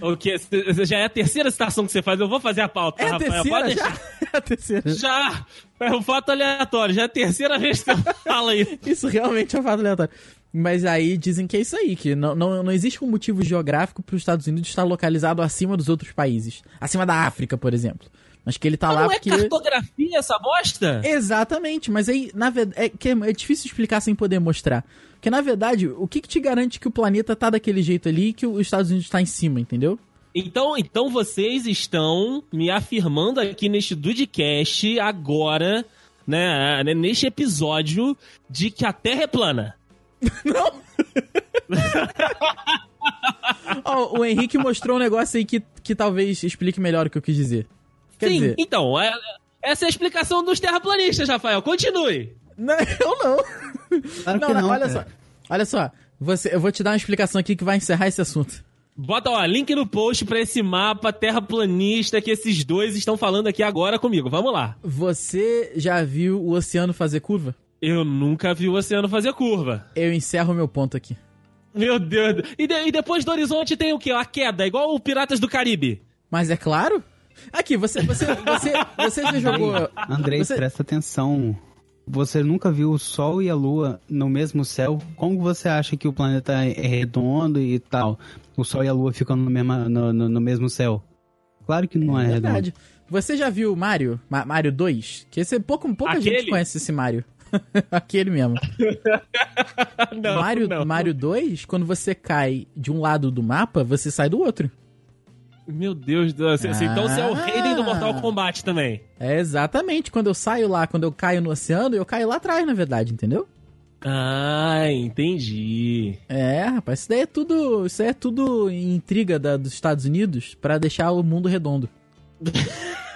Speaker 3: O que? Cê- Já é a terceira citação que você faz. Eu vou fazer a pauta,
Speaker 2: É a
Speaker 3: Ah, Rafael.
Speaker 2: terceira
Speaker 3: Pode
Speaker 2: já?
Speaker 3: deixar.
Speaker 2: É a terceira.
Speaker 3: Já! É um fato aleatório. Já é a terceira vez que você fala isso.
Speaker 2: Isso realmente é um fato aleatório. Mas aí dizem que é isso aí, que não, não, não existe um motivo geográfico para os Estados Unidos estar localizado acima dos outros países. Acima da África, por exemplo. Mas que ele tá lá
Speaker 3: Não é
Speaker 2: porque...
Speaker 3: cartografia essa bosta?
Speaker 2: Exatamente, mas aí, na verdade, é, que é, é difícil explicar sem poder mostrar. Porque, na verdade, o que, que te garante que o planeta tá daquele jeito ali e que os Estados Unidos tá em cima, entendeu?
Speaker 3: Então, então vocês estão me afirmando aqui neste Dudcast agora, né, né, neste episódio, de que a Terra é plana.
Speaker 2: Não! Ó, o Henrique mostrou um negócio aí que, que talvez explique melhor o que eu quis dizer. Quer
Speaker 3: Sim,
Speaker 2: dizer,
Speaker 3: então, é- essa é a explicação dos terraplanistas, Rafael. Continue.
Speaker 2: não, eu não.
Speaker 4: Claro que não,
Speaker 2: olha só.
Speaker 4: cara.
Speaker 2: Olha só, você, eu vou te dar uma explicação aqui que vai encerrar esse assunto.
Speaker 3: Bota, ó, link no post pra esse mapa terraplanista que esses dois estão falando aqui agora comigo. Vamos lá.
Speaker 2: Você já viu o oceano fazer curva?
Speaker 3: Eu nunca vi o oceano fazer curva.
Speaker 2: Eu encerro o meu ponto aqui.
Speaker 3: Meu Deus. do- E, de- e depois do horizonte tem o quê? A queda, igual o Piratas do Caribe.
Speaker 2: Mas é claro. Aqui, você, você, você, você já jogou.
Speaker 4: Andrei,
Speaker 2: Você-
Speaker 4: presta atenção. Você nunca viu o Sol e a Lua no mesmo céu? Como você acha que o planeta é redondo e tal? O Sol e a Lua ficam no mesmo, no, no- no mesmo céu? Claro que não é, redondo.
Speaker 2: Verdade. Você já viu o Mario? Ma- Mario 2? Que esse é pouco, pouca gente
Speaker 3: Aquele?
Speaker 2: conhece esse Mario. Aquele mesmo.
Speaker 3: Não,
Speaker 2: Mario,
Speaker 3: não.
Speaker 2: Mario 2, quando você cai de um lado do mapa, você sai do outro.
Speaker 3: Meu Deus do céu.
Speaker 2: Ah.
Speaker 3: Então você é o Raiden do Mortal Kombat também.
Speaker 2: É exatamente. Quando eu saio lá, quando eu caio no oceano, eu caio lá atrás, na verdade, entendeu?
Speaker 3: Ah, entendi.
Speaker 2: É, rapaz, isso daí é tudo, isso daí é tudo intriga da- dos Estados Unidos pra deixar o mundo redondo.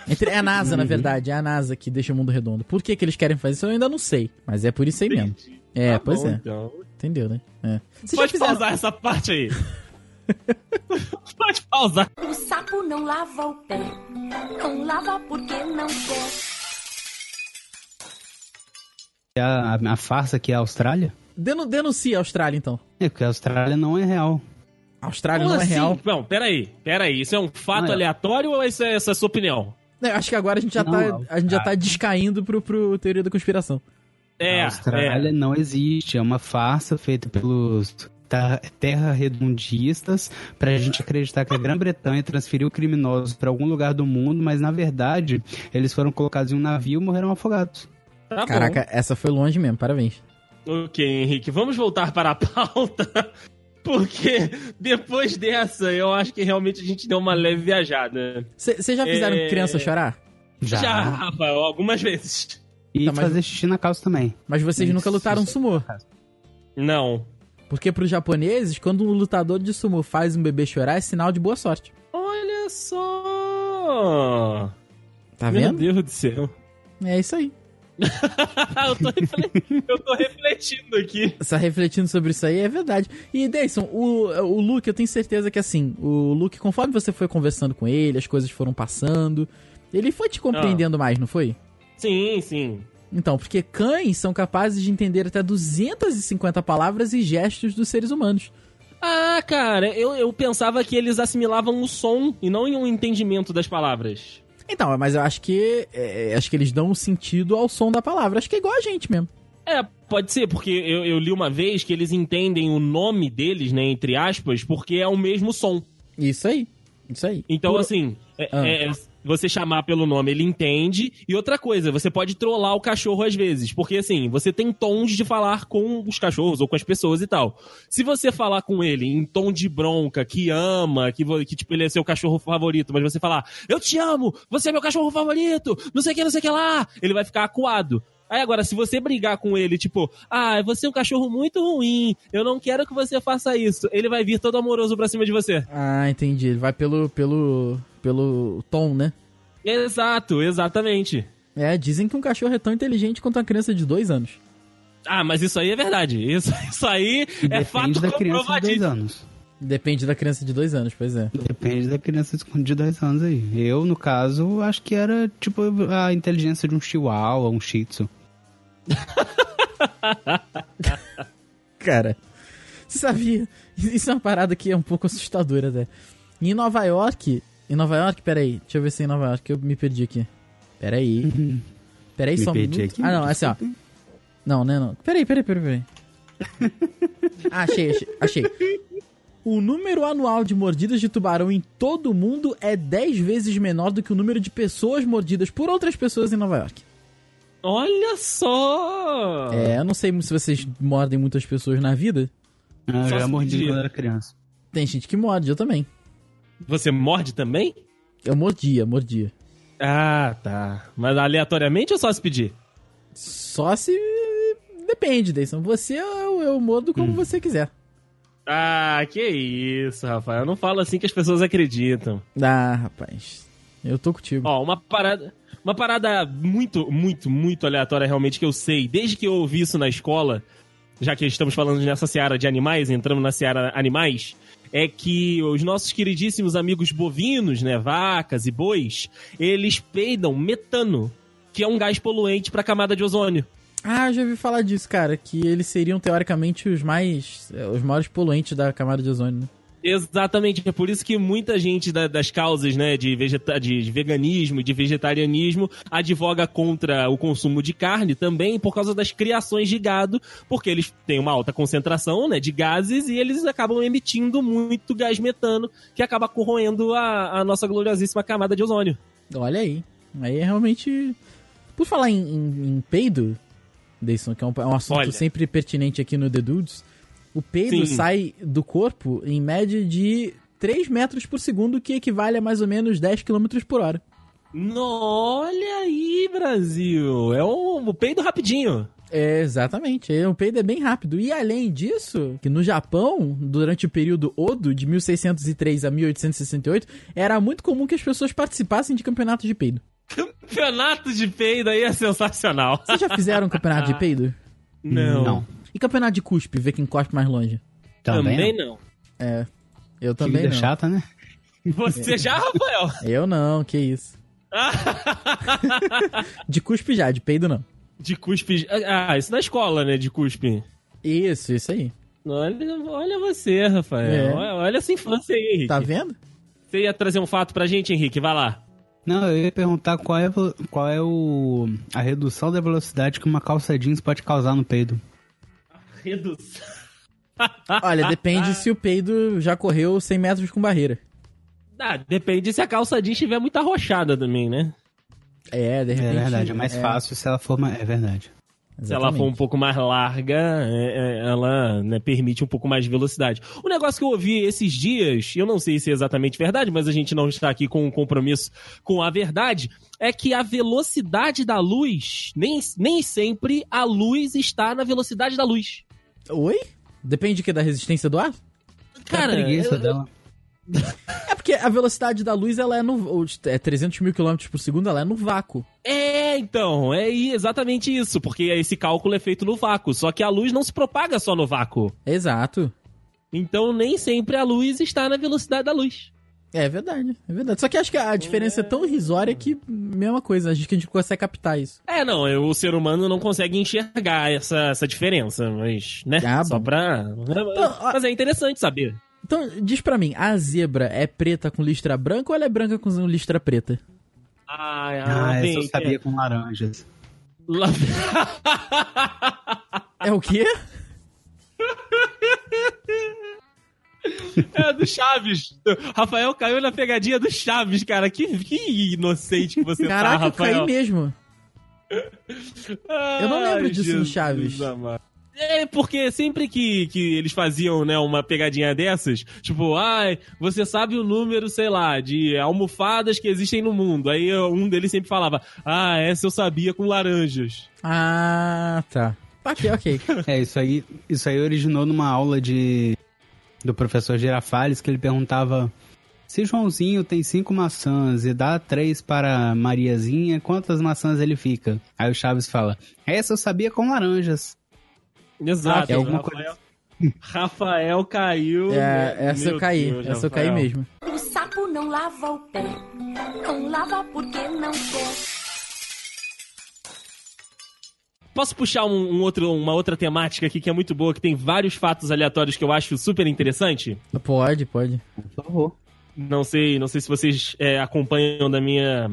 Speaker 2: Entre- é a NASA,
Speaker 3: Uhum.
Speaker 2: na verdade, é a NASA que deixa o mundo redondo. Por que, que eles querem fazer isso, eu ainda não sei. Mas é por isso aí mesmo. É,
Speaker 3: Tá
Speaker 2: pois
Speaker 3: bom,
Speaker 2: é.
Speaker 3: Então.
Speaker 2: Entendeu, né? É. Vocês já
Speaker 3: Pode
Speaker 2: fizeram-
Speaker 3: pausar essa parte aí. Pode pausar.
Speaker 5: O sapo não lava o pé. Não lava porque não quer.
Speaker 4: A, a- a farsa que é a Austrália?
Speaker 2: Denu- denuncia a Austrália, então.
Speaker 4: É porque a Austrália não é real.
Speaker 2: A Austrália
Speaker 3: Como
Speaker 2: não é
Speaker 3: assim?
Speaker 2: real.
Speaker 3: Não, peraí, peraí. Isso é um fato
Speaker 4: Não é.
Speaker 3: aleatório ou isso é essa é a sua opinião?
Speaker 2: Eu acho que agora a gente já,
Speaker 4: Não,
Speaker 2: tá, a gente
Speaker 3: Ah.
Speaker 2: já tá descaindo pro, pro teoria da conspiração.
Speaker 3: É,
Speaker 4: a Austrália
Speaker 3: é.
Speaker 4: não existe. É uma farsa feita pelos ta- terra redundistas pra gente acreditar que a Grã-Bretanha transferiu criminosos pra algum lugar do mundo, mas na verdade eles foram colocados em um navio e morreram afogados.
Speaker 3: Tá bom.
Speaker 2: Caraca, essa foi longe mesmo, parabéns.
Speaker 3: Ok, Henrique, vamos voltar para a pauta. Porque depois dessa, eu acho que realmente a gente deu uma leve viajada.
Speaker 2: Vocês já fizeram
Speaker 3: É.
Speaker 2: criança chorar?
Speaker 3: Já, Rafael, algumas vezes.
Speaker 4: E
Speaker 2: Tá, mas-
Speaker 4: fazer xixi na calça também.
Speaker 2: Mas vocês
Speaker 4: Isso,
Speaker 2: nunca lutaram
Speaker 4: isso.
Speaker 2: sumô.
Speaker 3: Não.
Speaker 2: Porque pros japoneses, quando um lutador de sumo faz um bebê chorar, é sinal de boa sorte.
Speaker 3: Olha só!
Speaker 2: Tá
Speaker 3: Meu
Speaker 2: vendo?
Speaker 3: Deus do céu.
Speaker 2: É isso aí.
Speaker 3: eu, tô refle- eu tô refletindo aqui.
Speaker 2: Só refletindo sobre isso aí, é verdade. E, Dayson, o, o Luke, eu tenho certeza que, assim, o Luke, conforme você foi conversando com ele, as coisas foram passando, ele foi te compreendendo mais, não foi?
Speaker 3: Sim, sim.
Speaker 2: Então, porque cães são capazes de entender até 250 palavras e gestos dos seres humanos.
Speaker 3: Ah, cara, eu, eu pensava que eles assimilavam o som e não em um entendimento das palavras.
Speaker 2: Então, mas eu acho que é, acho que eles dão um sentido ao som da palavra. Acho que é igual a gente mesmo.
Speaker 3: É, pode ser, porque eu, eu li uma vez que eles entendem o nome deles, né, entre aspas, porque é o mesmo som.
Speaker 2: Isso aí. Isso aí.
Speaker 3: Então,
Speaker 2: Por-
Speaker 3: assim, é-
Speaker 2: Ah.
Speaker 3: é- você chamar pelo nome, ele entende. E outra coisa, você pode trollar o cachorro às vezes, porque assim, você tem tons de falar com os cachorros ou com as pessoas e tal. Se você falar com ele em tom de bronca, que ama, que, vo- que tipo, ele é seu cachorro favorito, mas você falar, eu te amo, você é meu cachorro favorito, não sei o que, não sei o que lá, ele vai ficar acuado. Aí agora, se você brigar com ele, tipo, ah, você é um cachorro muito ruim, eu não quero que você faça isso, ele vai vir todo amoroso pra cima de você.
Speaker 2: Ah, entendi. Ele vai pelo, pelo, pelo tom, né?
Speaker 3: Exato, exatamente.
Speaker 2: É, dizem que um cachorro é tão inteligente quanto uma criança de dois anos.
Speaker 3: Ah, mas isso aí é verdade. Isso, isso aí
Speaker 4: E
Speaker 3: é
Speaker 4: depende
Speaker 3: fato
Speaker 4: da criança de dois
Speaker 3: comprovadíssimo.
Speaker 4: anos.
Speaker 2: Depende da criança de dois anos, pois é.
Speaker 4: Depende da criança de dois anos aí. Eu, no caso, acho que era tipo a inteligência de um chihuahua, um shih tzu.
Speaker 2: Cara, você sabia? Isso é uma parada que é um pouco assustadora, né? Em Nova York. Em Nova York? Peraí, deixa eu ver se é em Nova York, eu me perdi aqui. Peraí. Peraí,
Speaker 4: Me
Speaker 2: só um
Speaker 4: perdi
Speaker 2: minuto.
Speaker 4: aqui,
Speaker 2: Ah, não, é assim, ó. Não, né, não. Peraí, peraí, peraí, peraí. Ah, achei, achei, achei. O número anual de mordidas de tubarão em todo o mundo é 10 vezes menor do que o número de pessoas mordidas por outras pessoas em Nova York.
Speaker 3: Olha só!
Speaker 2: É, eu não sei se vocês mordem muitas pessoas na vida.
Speaker 4: Ah, eu
Speaker 3: Só
Speaker 4: já
Speaker 3: se
Speaker 4: mordi
Speaker 3: podia.
Speaker 4: quando era criança.
Speaker 2: Tem gente que morde, eu também.
Speaker 3: Você morde também?
Speaker 2: Eu mordia, mordia.
Speaker 3: Ah, tá. Mas aleatoriamente ou só se pedir?
Speaker 2: Só se. Depende, Deison. Você, eu, eu mordo como você quiser.
Speaker 3: Ah, que isso, Rafael. Não fala assim que as pessoas acreditam.
Speaker 2: Ah, rapaz. Eu tô contigo.
Speaker 3: Ó, uma parada. Uma parada muito, muito, muito aleatória realmente que eu sei. Desde que eu ouvi isso na escola, já que estamos falando nessa seara de animais, entramos na seara animais, é que os nossos queridíssimos amigos bovinos, né, vacas e bois, eles peidam metano, que é um gás poluente para a camada de ozônio.
Speaker 2: Ah, eu já ouvi falar disso, cara. Que eles seriam, teoricamente, os mais. eh, Os maiores poluentes da camada de ozônio, né?
Speaker 3: Exatamente, é por isso que muita gente da- das causas né, de, vegeta de veganismo e de vegetarianismo advoga contra o consumo de carne também por causa das criações de gado, porque eles têm uma alta concentração né, de gases e eles acabam emitindo muito gás metano que acaba corroendo a, a nossa gloriosíssima camada de ozônio.
Speaker 2: Olha aí. Aí é realmente. Por falar em, em- em peido, Deison, que é um, é um assunto
Speaker 3: Olha.
Speaker 2: sempre pertinente aqui no The Dudes, o peido
Speaker 3: Sim.
Speaker 2: sai do corpo em média de 3 metros por segundo, que equivale a mais ou menos 10 km por hora.
Speaker 3: No, olha aí, Brasil! É um, um peido rapidinho.
Speaker 2: É, exatamente. É, O peido é bem rápido. E além disso, que no Japão, durante o período Odo, de 1603 a 1868, era muito comum que as pessoas participassem de campeonatos de peido.
Speaker 3: Campeonato de peido aí é sensacional.
Speaker 2: Vocês já fizeram um campeonato de peido?
Speaker 3: não.
Speaker 2: E campeonato de cuspe, ver quem cospe mais longe?
Speaker 4: Também,
Speaker 3: Também
Speaker 4: não.
Speaker 3: não.
Speaker 2: Eu
Speaker 4: Que
Speaker 2: também
Speaker 4: vida
Speaker 2: não.
Speaker 4: chata, né?
Speaker 3: Você já, Rafael?
Speaker 2: Eu não, que isso. de cuspe já, de peido não.
Speaker 3: De cuspe. Ah, isso na escola, né? De cuspe.
Speaker 2: Isso, isso aí.
Speaker 3: Olha, olha você, Rafael.
Speaker 2: É.
Speaker 3: Olha, olha essa infância aí, Henrique.
Speaker 2: Tá vendo?
Speaker 3: Você ia trazer um fato pra gente, Henrique? Vai lá.
Speaker 4: Não, eu ia perguntar qual é, vo- qual é o, a redução da velocidade que uma calça jeans pode causar no peido.
Speaker 3: Redução.
Speaker 2: Olha, depende se o peido já correu 100 metros com barreira.
Speaker 3: Ah, depende se a calça jeans estiver muito arrochada também, né?
Speaker 2: É, de
Speaker 4: É
Speaker 2: repente.
Speaker 4: verdade, é mais fácil se ela for... ma- É verdade.
Speaker 3: Se ela for um
Speaker 2: Exatamente.
Speaker 3: pouco mais larga, é, é, ela né, permite um pouco mais de velocidade. O negócio que eu ouvi esses dias, e eu não sei se é exatamente verdade, mas a gente não está aqui com um compromisso com a verdade, é que a velocidade da luz, nem, nem sempre a luz está na velocidade da luz.
Speaker 2: Oi? Depende de que da resistência do ar?
Speaker 4: é a preguiça
Speaker 3: eu-
Speaker 4: dela.
Speaker 2: É porque a velocidade da luz ela é no ou, é 300 mil quilômetros por segundo, ela é no vácuo.
Speaker 3: É, então, é i- exatamente isso, porque esse cálculo é feito no vácuo, só que a luz não se propaga só no vácuo.
Speaker 2: Exato.
Speaker 3: Então nem sempre a luz está na velocidade da luz.
Speaker 2: É verdade, é verdade. Só que acho que a diferença é tão irrisória que mesma coisa, acho que a gente consegue captar isso.
Speaker 3: É, não, eu- o ser humano não consegue enxergar essa, essa diferença, mas, né,
Speaker 2: Ah,
Speaker 3: só
Speaker 2: bom. Então,
Speaker 3: pra...
Speaker 2: ó-
Speaker 3: Mas é interessante saber.
Speaker 2: Então, diz pra mim, a zebra é preta com listra branca ou ela é branca com listra preta?
Speaker 3: Ah,
Speaker 4: Ah, essa
Speaker 3: bem,
Speaker 4: eu sabia com laranjas.
Speaker 3: Lá-
Speaker 2: É o quê?
Speaker 3: É, do Chaves. Rafael caiu na pegadinha do Chaves, cara. Que, que inocente que você
Speaker 2: Caraca,
Speaker 3: tá,
Speaker 2: eu caí
Speaker 3: Rafael.
Speaker 2: mesmo. Eu não lembro
Speaker 3: Ai,
Speaker 2: disso no
Speaker 3: Jesus
Speaker 2: Chaves.
Speaker 3: amado. É, porque sempre que, que eles faziam, né, uma pegadinha dessas, tipo, ai, você sabe o número, sei lá, de almofadas que existem no mundo. Aí um deles sempre falava, ah, essa eu sabia com laranjas.
Speaker 2: Ah, tá. Tá ok, ok.
Speaker 4: É, isso aí, isso aí originou numa aula de do professor Girafales que ele perguntava se Joãozinho tem cinco maçãs e dá três para Mariazinha, quantas maçãs ele fica? Aí o Chaves fala, essa eu sabia com laranjas.
Speaker 3: Exato.
Speaker 4: que é alguma
Speaker 3: Rafael, Rafael caiu.
Speaker 2: É, essa eu
Speaker 3: Meu
Speaker 2: caí.
Speaker 3: Deus,
Speaker 2: essa eu
Speaker 3: Rafael.
Speaker 2: caí mesmo.
Speaker 5: O sapo não lava o pé. Não lava porque não quer.
Speaker 3: Posso puxar um, um outro, uma outra temática aqui que é muito boa, que tem vários fatos aleatórios que eu acho super interessante?
Speaker 2: Pode, pode.
Speaker 4: Por favor.
Speaker 3: não sei, não sei se vocês é, acompanham da minha,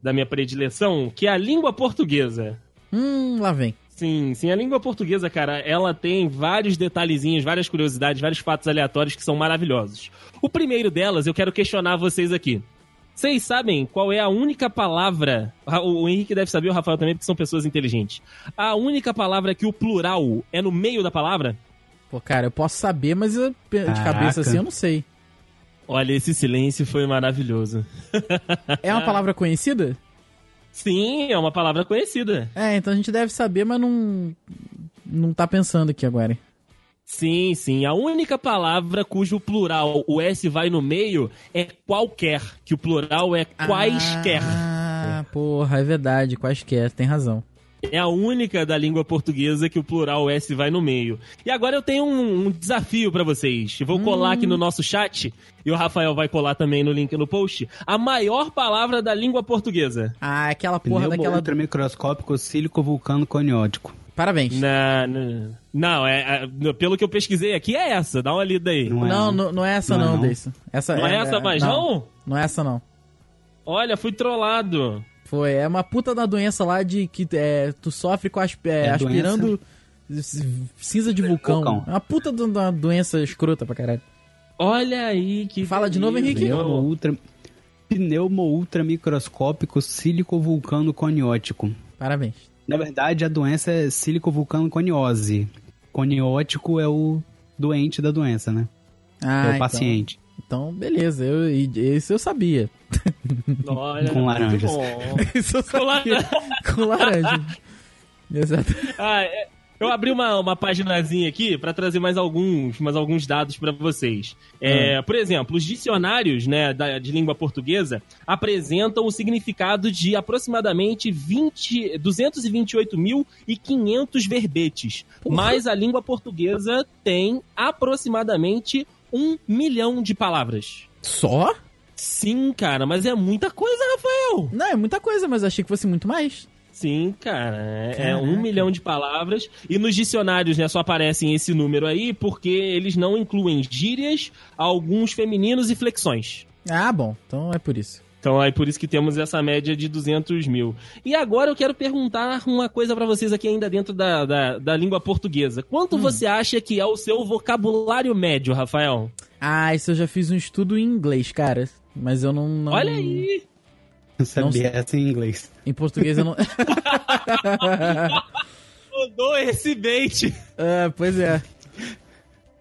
Speaker 3: da minha predileção, que é a língua portuguesa.
Speaker 2: Hum, lá vem.
Speaker 3: Sim, sim, a língua portuguesa, cara, ela tem vários detalhezinhos, várias curiosidades, vários fatos aleatórios que são maravilhosos. O primeiro delas, eu quero questionar vocês aqui. Vocês sabem qual é a única palavra? Ra- O o Henrique deve saber, o Rafael também, porque são pessoas inteligentes. A única palavra que o plural é no meio da palavra?
Speaker 2: Pô, cara, eu posso saber, mas eu- de
Speaker 4: Caraca.
Speaker 2: cabeça assim eu não sei.
Speaker 3: Olha, esse silêncio foi maravilhoso.
Speaker 2: É
Speaker 3: Ah.
Speaker 2: uma palavra conhecida?
Speaker 3: Sim, é uma palavra conhecida.
Speaker 2: É, então a gente deve saber, mas não. Não tá pensando aqui agora.
Speaker 3: Sim, sim. A única palavra cujo plural o S vai no meio é qualquer, que o plural é quaisquer.
Speaker 2: Ah, porra, é verdade, quaisquer, tem razão.
Speaker 3: É a única da língua portuguesa que o plural S vai no meio. E agora eu tenho um, um desafio pra vocês. Eu Vou colar aqui no nosso chat e o Rafael vai colar também no link no post. A maior palavra da língua portuguesa.
Speaker 2: Ah, aquela porra daquela.
Speaker 4: Pneumo microscópico sílico vulcânico oniótico.
Speaker 2: Parabéns.
Speaker 3: Na, na- não, é, é- pelo que eu pesquisei aqui é essa. Dá uma lida aí. Não,
Speaker 4: é,
Speaker 2: Não,
Speaker 4: né?
Speaker 2: não, não é essa
Speaker 4: Não é
Speaker 2: não,
Speaker 4: não.
Speaker 2: Deison. Essa
Speaker 3: é, essa mais, não?
Speaker 2: Não é essa não.
Speaker 3: Olha, fui trollado.
Speaker 2: Foi, é uma puta da doença lá de que é, tu sofre com asp- é,
Speaker 4: É
Speaker 2: aspirando c- cinza de vulcão.
Speaker 4: vulcão.
Speaker 2: É uma puta de uma doença escrota pra caralho.
Speaker 3: Olha aí que.
Speaker 2: Fala de novo,
Speaker 3: beleza.
Speaker 2: Henrique.
Speaker 4: Pneumo ultra pneumo ultramicroscópico sílico vulcânico oniótico.
Speaker 2: Parabéns.
Speaker 4: Na verdade, a doença é sílico-vulcano-coniose. Coniótico é o doente da doença, né?
Speaker 2: Ah,
Speaker 4: é o
Speaker 2: então-
Speaker 4: paciente.
Speaker 2: Então, beleza, eu, e- esse eu sabia.
Speaker 3: Olha,
Speaker 4: Com
Speaker 3: muito
Speaker 4: laranjas.
Speaker 3: bom.
Speaker 2: Isso eu
Speaker 3: Com
Speaker 2: sabia. Com laranja. Exato.
Speaker 3: Ah, é, eu abri uma, uma paginazinha aqui pra trazer mais alguns, mais alguns dados pra vocês. É,
Speaker 4: Ah.
Speaker 3: Por exemplo, os dicionários né, da- de língua portuguesa apresentam o significado de aproximadamente 20, 228.500 verbetes.
Speaker 2: Porra.
Speaker 3: Mas a língua portuguesa tem aproximadamente um milhão de palavras.
Speaker 2: Só?
Speaker 3: Sim, cara, mas é muita coisa, Rafael!
Speaker 2: Não, é muita coisa, mas achei que fosse muito mais.
Speaker 3: Sim, cara. é- É
Speaker 2: Caraca.
Speaker 3: um milhão de palavras. E nos dicionários, né, só aparecem esse número aí porque eles não incluem gírias, alguns femininos e flexões.
Speaker 2: Ah, bom, então é por isso.
Speaker 3: Então é por isso que temos essa média de 200 mil. E agora eu quero perguntar uma coisa pra vocês aqui ainda dentro da, da, da língua portuguesa. Quanto
Speaker 2: Hum.
Speaker 3: você acha que é o seu vocabulário médio, Rafael?
Speaker 2: Ah, isso eu já fiz um estudo em inglês, cara. Mas eu não. não-
Speaker 3: Olha aí!
Speaker 4: Eu sabia essa em inglês.
Speaker 2: Em português eu não.
Speaker 3: Mandou esse bait!
Speaker 2: Ah, pois é. Ah,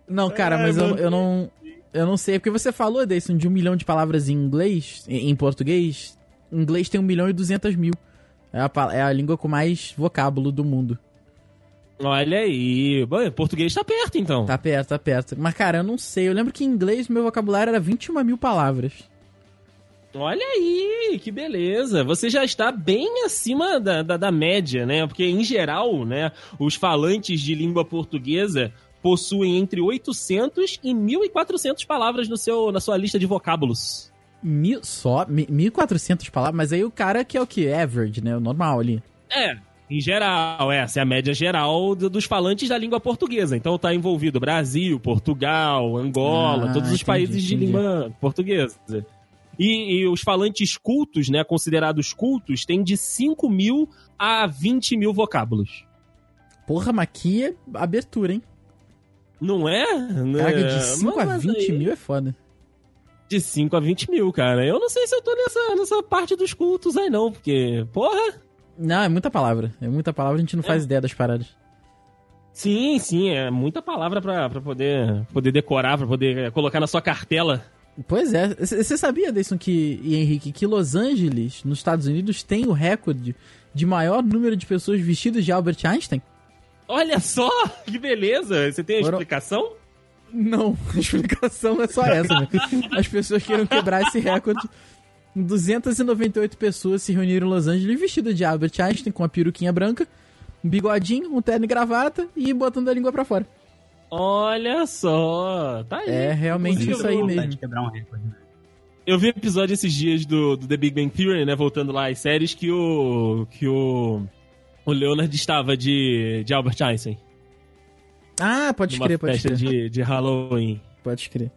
Speaker 2: Não, cara,
Speaker 3: Ai,
Speaker 2: mas eu,
Speaker 3: meu
Speaker 2: eu não. Eu não sei, é porque você falou, Deison, de um milhão de palavras em inglês, em em português. Em inglês tem um milhão e duzentas mil. É a, pa- é a língua com mais vocábulo do mundo.
Speaker 3: Olha aí! Bom, português tá perto, então.
Speaker 2: Tá perto, tá perto. Mas, cara, eu não sei. Eu lembro que em inglês meu vocabulário era 21 mil palavras.
Speaker 3: Olha aí, que beleza. Você já está bem acima da, da, da média, né? Porque, em geral, né, os falantes de língua portuguesa possuem entre 800 e 1.400 palavras no seu, na sua lista de vocábulos.
Speaker 2: Mil, só? mi- 1.400 palavras? Mas aí o cara que é o quê? Average, né? O normal ali.
Speaker 3: É, em geral, essa é a média geral do- dos falantes da língua portuguesa. Então está envolvido Brasil, Portugal, Angola,
Speaker 2: Ah,
Speaker 3: todos os
Speaker 2: entendi,
Speaker 3: países de
Speaker 2: entendi.
Speaker 3: língua portuguesa. E, e os falantes cultos, né, considerados cultos, têm de 5 mil a 20 mil vocábulos.
Speaker 2: Porra, mas aqui é abertura, hein?
Speaker 3: Não é? Não
Speaker 2: Caraca,
Speaker 3: é.
Speaker 2: de 5 a
Speaker 3: Mas
Speaker 2: 20
Speaker 3: aí-
Speaker 2: mil é foda.
Speaker 3: De 5 a 20 mil, cara. Eu não sei se eu tô nessa, nessa parte dos cultos aí, não, porque, porra.
Speaker 2: Não, é muita palavra. É muita palavra, a gente não faz ideia das paradas.
Speaker 3: Sim, sim, é muita palavra pra, pra poder, poder decorar, pra poder é, colocar na sua cartela.
Speaker 2: Pois é. C- Você sabia, Deison que, e Henrique, que Los Angeles, nos Estados Unidos, tem o recorde de maior número de pessoas vestidas de Albert Einstein?
Speaker 3: Olha só, que beleza! Você tem a
Speaker 2: Foram-
Speaker 3: explicação?
Speaker 2: Não, a explicação é só essa. né? As pessoas queiram quebrar esse recorde. 298 pessoas se reuniram em Los Angeles vestidas de Albert Einstein com a peruquinha branca, um bigodinho, um terno e gravata e botando a língua pra fora.
Speaker 3: Olha só, tá aí.
Speaker 2: É realmente
Speaker 3: Inclusive,
Speaker 2: isso aí
Speaker 3: eu-
Speaker 2: mesmo.
Speaker 6: De quebrar um recorde. né?
Speaker 3: Eu vi um episódio esses dias do, do The Big Bang Theory, né? Voltando lá às séries, que o. que o. O Leonard estava de, de Albert Einstein.
Speaker 2: Ah, pode
Speaker 3: numa
Speaker 2: crer, pode
Speaker 3: festa
Speaker 2: crer.
Speaker 3: de, de Halloween.
Speaker 2: Pode crer.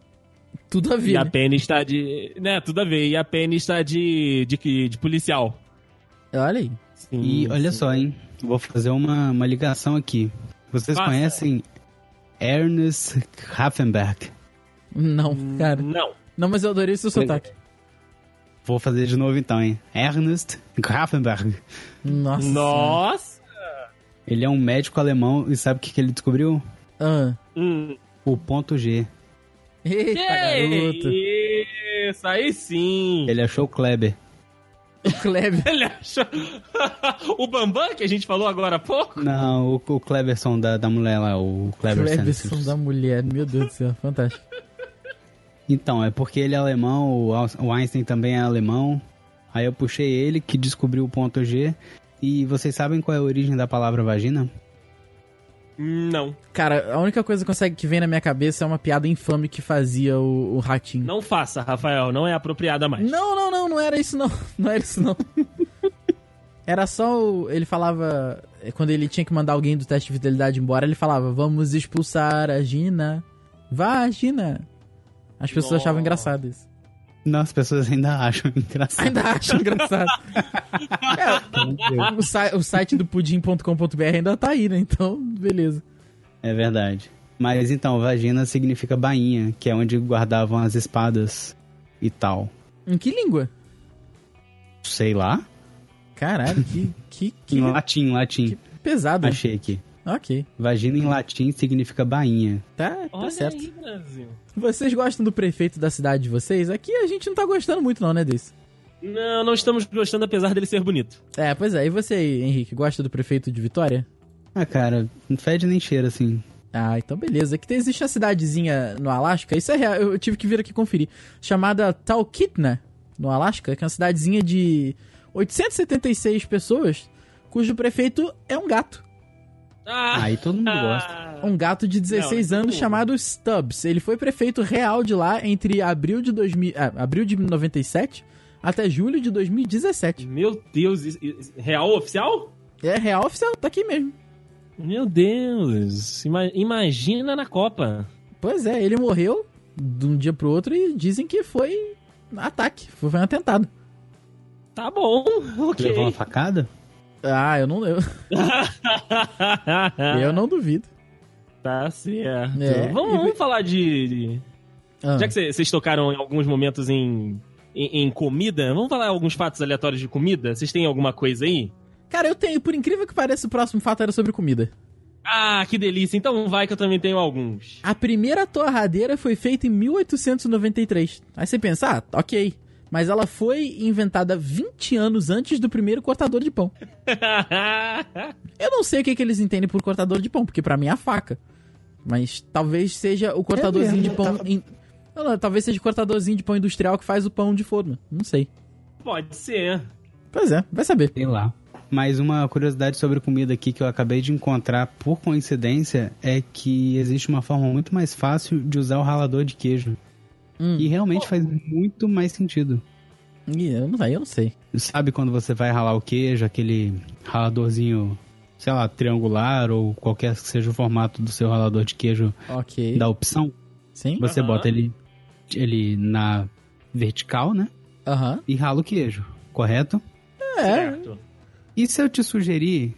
Speaker 2: Tudo a
Speaker 3: E
Speaker 2: ver.
Speaker 3: a
Speaker 2: né?
Speaker 3: Penny está de. Né, tudo a ver. E a Penny está de. de, que- de policial.
Speaker 2: Olha aí.
Speaker 3: Sim,
Speaker 4: E olha
Speaker 3: sim.
Speaker 4: só, hein? Vou fazer uma, uma ligação aqui. Vocês
Speaker 3: Faça.
Speaker 4: conhecem Ernest Raffenberg?
Speaker 2: Não,
Speaker 3: Hum.
Speaker 2: cara.
Speaker 3: Não.
Speaker 2: Não, mas eu adorei o seu sotaque.
Speaker 4: Vou fazer de novo então, hein? Ernest Raffenberg.
Speaker 2: Nossa.
Speaker 3: Nossa!
Speaker 4: Ele é um médico alemão e sabe o que, que ele descobriu?
Speaker 2: Ah.
Speaker 3: Hum.
Speaker 4: O ponto G.
Speaker 2: Eita, garoto.
Speaker 3: Que Isso aí sim!
Speaker 4: Ele achou o Kleber.
Speaker 2: O Kleber.
Speaker 3: Ele achou. o Bambam que a gente falou agora há pouco?
Speaker 4: Não, o, o Kleberson da, da mulher lá, o Kleber
Speaker 2: Cleberson
Speaker 4: Sanders.
Speaker 2: da mulher. Meu Deus do céu, fantástico.
Speaker 4: Então, é porque ele é alemão, o Aus- o Einstein também é alemão. Aí eu puxei ele, que descobriu o ponto G. E vocês sabem qual é a origem da palavra vagina?
Speaker 3: Não.
Speaker 2: Cara, a única coisa que consegue- que vem na minha cabeça é uma piada infame que fazia o, o ratinho.
Speaker 3: Não faça, Rafael. Não é apropriada mais.
Speaker 2: Não, não, não, não era isso não. Não era isso não. Era só o, ele falava eh, quando ele tinha que mandar alguém do teste de fidelidade embora, ele falava: "Vamos expulsar a Gina. Vá, Gina." As pessoas
Speaker 3: Nossa.
Speaker 2: achavam engraçado isso.
Speaker 4: Não, as pessoas ainda acham engraçado.
Speaker 2: Ainda acham engraçado. É, o, si- o site do pudim.com.br ainda tá aí, né? Então, beleza.
Speaker 4: É verdade. Mas então, vagina significa bainha, que é onde guardavam as espadas e tal.
Speaker 2: Em que língua?
Speaker 4: Sei lá.
Speaker 2: Caralho, que, que, que
Speaker 4: Em latim, latim.
Speaker 2: pesado.
Speaker 4: Achei aqui.
Speaker 2: Ok,
Speaker 4: Vagina em latim significa bainha.
Speaker 2: tá, tá
Speaker 3: Olha
Speaker 2: certo.
Speaker 3: aí, Brasil.
Speaker 2: Vocês gostam do prefeito da cidade de vocês? Aqui a gente não tá gostando muito não, né, desse?
Speaker 3: Não, não estamos gostando, apesar dele ser bonito.
Speaker 2: É, pois é. E você, Henrique, gosta do prefeito de Vitória?
Speaker 4: Ah, cara, não fede nem cheira, assim.
Speaker 2: Ah, então beleza. Que tem- existe uma cidadezinha no Alasca, isso é real, eu tive que vir aqui conferir, chamada Talkeetna, no Alasca, que é uma cidadezinha de 876 pessoas, cujo prefeito é um gato.
Speaker 3: Ah,
Speaker 4: Aí todo mundo gosta.
Speaker 2: Um gato de 16
Speaker 3: Não, não.
Speaker 2: anos chamado Stubbs. Ele foi prefeito real de lá entre abril de 2000, ah, abril de 97 até julho de 2017.
Speaker 3: Meu Deus, isso- isso- real oficial?
Speaker 2: É real oficial, tá aqui mesmo.
Speaker 3: Meu Deus, ima- imagina na Copa.
Speaker 2: Pois é, ele morreu de um dia pro outro e dizem que foi ataque, foi um atentado.
Speaker 3: Tá bom, ok.
Speaker 4: Levou uma facada?
Speaker 2: Ah, eu não eu,
Speaker 3: Ah.
Speaker 2: eu não duvido.
Speaker 3: Tá certo.
Speaker 2: É.
Speaker 3: Vamos, vamos falar de. de-
Speaker 2: Ah,
Speaker 3: Já que cê- vocês tocaram em alguns momentos em, em, em comida, vamos falar alguns fatos aleatórios de comida? Vocês têm alguma coisa aí?
Speaker 2: Cara, eu tenho, por incrível que pareça, o próximo fato era sobre comida.
Speaker 3: Ah, que delícia. Então vai que eu também tenho alguns.
Speaker 2: A primeira torradeira foi feita em 1893. Aí você pensa, ah, ok. Mas ela foi inventada 20 anos antes do primeiro cortador de pão. Eu não sei o que, que eles entendem por cortador de pão, porque pra mim é a faca. Mas talvez seja o cortadorzinho de pão. in- Não, não, talvez seja o cortadorzinho de pão industrial que faz o pão de forma. Não sei.
Speaker 3: Pode ser.
Speaker 2: Pois é, vai saber.
Speaker 4: Sei lá. Mas uma curiosidade sobre comida aqui que eu acabei de encontrar por coincidência é que existe uma forma muito mais fácil de usar o ralador de queijo.
Speaker 2: Hum.
Speaker 4: E realmente faz muito mais sentido.
Speaker 2: Ih, Eu não, eu não sei.
Speaker 4: Sabe quando você vai ralar o queijo, aquele raladorzinho, sei lá, triangular ou qualquer que seja o formato do seu ralador de queijo
Speaker 2: Ok.
Speaker 4: da opção?
Speaker 2: Sim?
Speaker 4: Você
Speaker 3: Aham.
Speaker 4: bota ele, ele na vertical, né?
Speaker 2: Aham.
Speaker 4: E rala o queijo, correto?
Speaker 2: É.
Speaker 3: Certo.
Speaker 4: E se eu te sugerir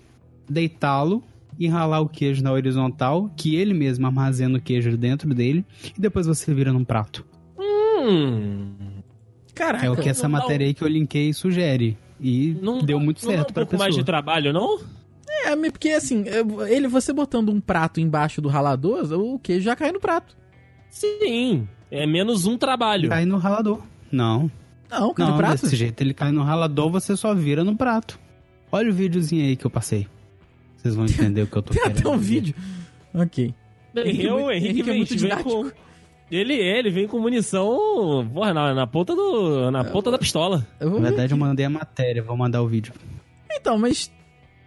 Speaker 4: deitá-lo enralar o queijo na horizontal, que ele mesmo armazena o queijo dentro dele, e depois você vira num prato.
Speaker 3: Hum.
Speaker 2: Caraca.
Speaker 4: É o que essa
Speaker 3: então não dá
Speaker 4: matéria aí que eu linkei sugere. E
Speaker 3: Não
Speaker 4: deu muito
Speaker 3: não dá
Speaker 4: certo
Speaker 3: um
Speaker 4: pra
Speaker 3: pouco
Speaker 4: pessoa.
Speaker 3: mais de trabalho, não?
Speaker 2: É, mas porque assim, é, ele, você botando um prato embaixo do ralador, o queijo já cai no prato.
Speaker 3: Sim. É menos um trabalho.
Speaker 2: Ah,
Speaker 4: Cai no ralador. Não,
Speaker 2: Não, cai
Speaker 4: não,
Speaker 2: no prato.
Speaker 4: desse jeito. Ele cai no ralador, você só vira no prato. Olha o videozinho aí que eu passei. Vocês vão entender o que eu tô
Speaker 2: Tem
Speaker 4: querendo.
Speaker 2: até um
Speaker 4: dizer.
Speaker 2: vídeo. Ok. Henrique é
Speaker 3: Eu,
Speaker 2: muito-
Speaker 3: Henrique,
Speaker 2: Henrique é
Speaker 3: vem-
Speaker 2: muito
Speaker 3: vem
Speaker 2: didático.
Speaker 3: com- Ele é, ele vem com munição porra, na, na ponta do.
Speaker 2: É,
Speaker 3: na ponta da pistola.
Speaker 2: Eu vou
Speaker 4: Na
Speaker 2: ver.
Speaker 4: verdade, eu mandei a matéria, vou mandar o vídeo.
Speaker 2: Então, mas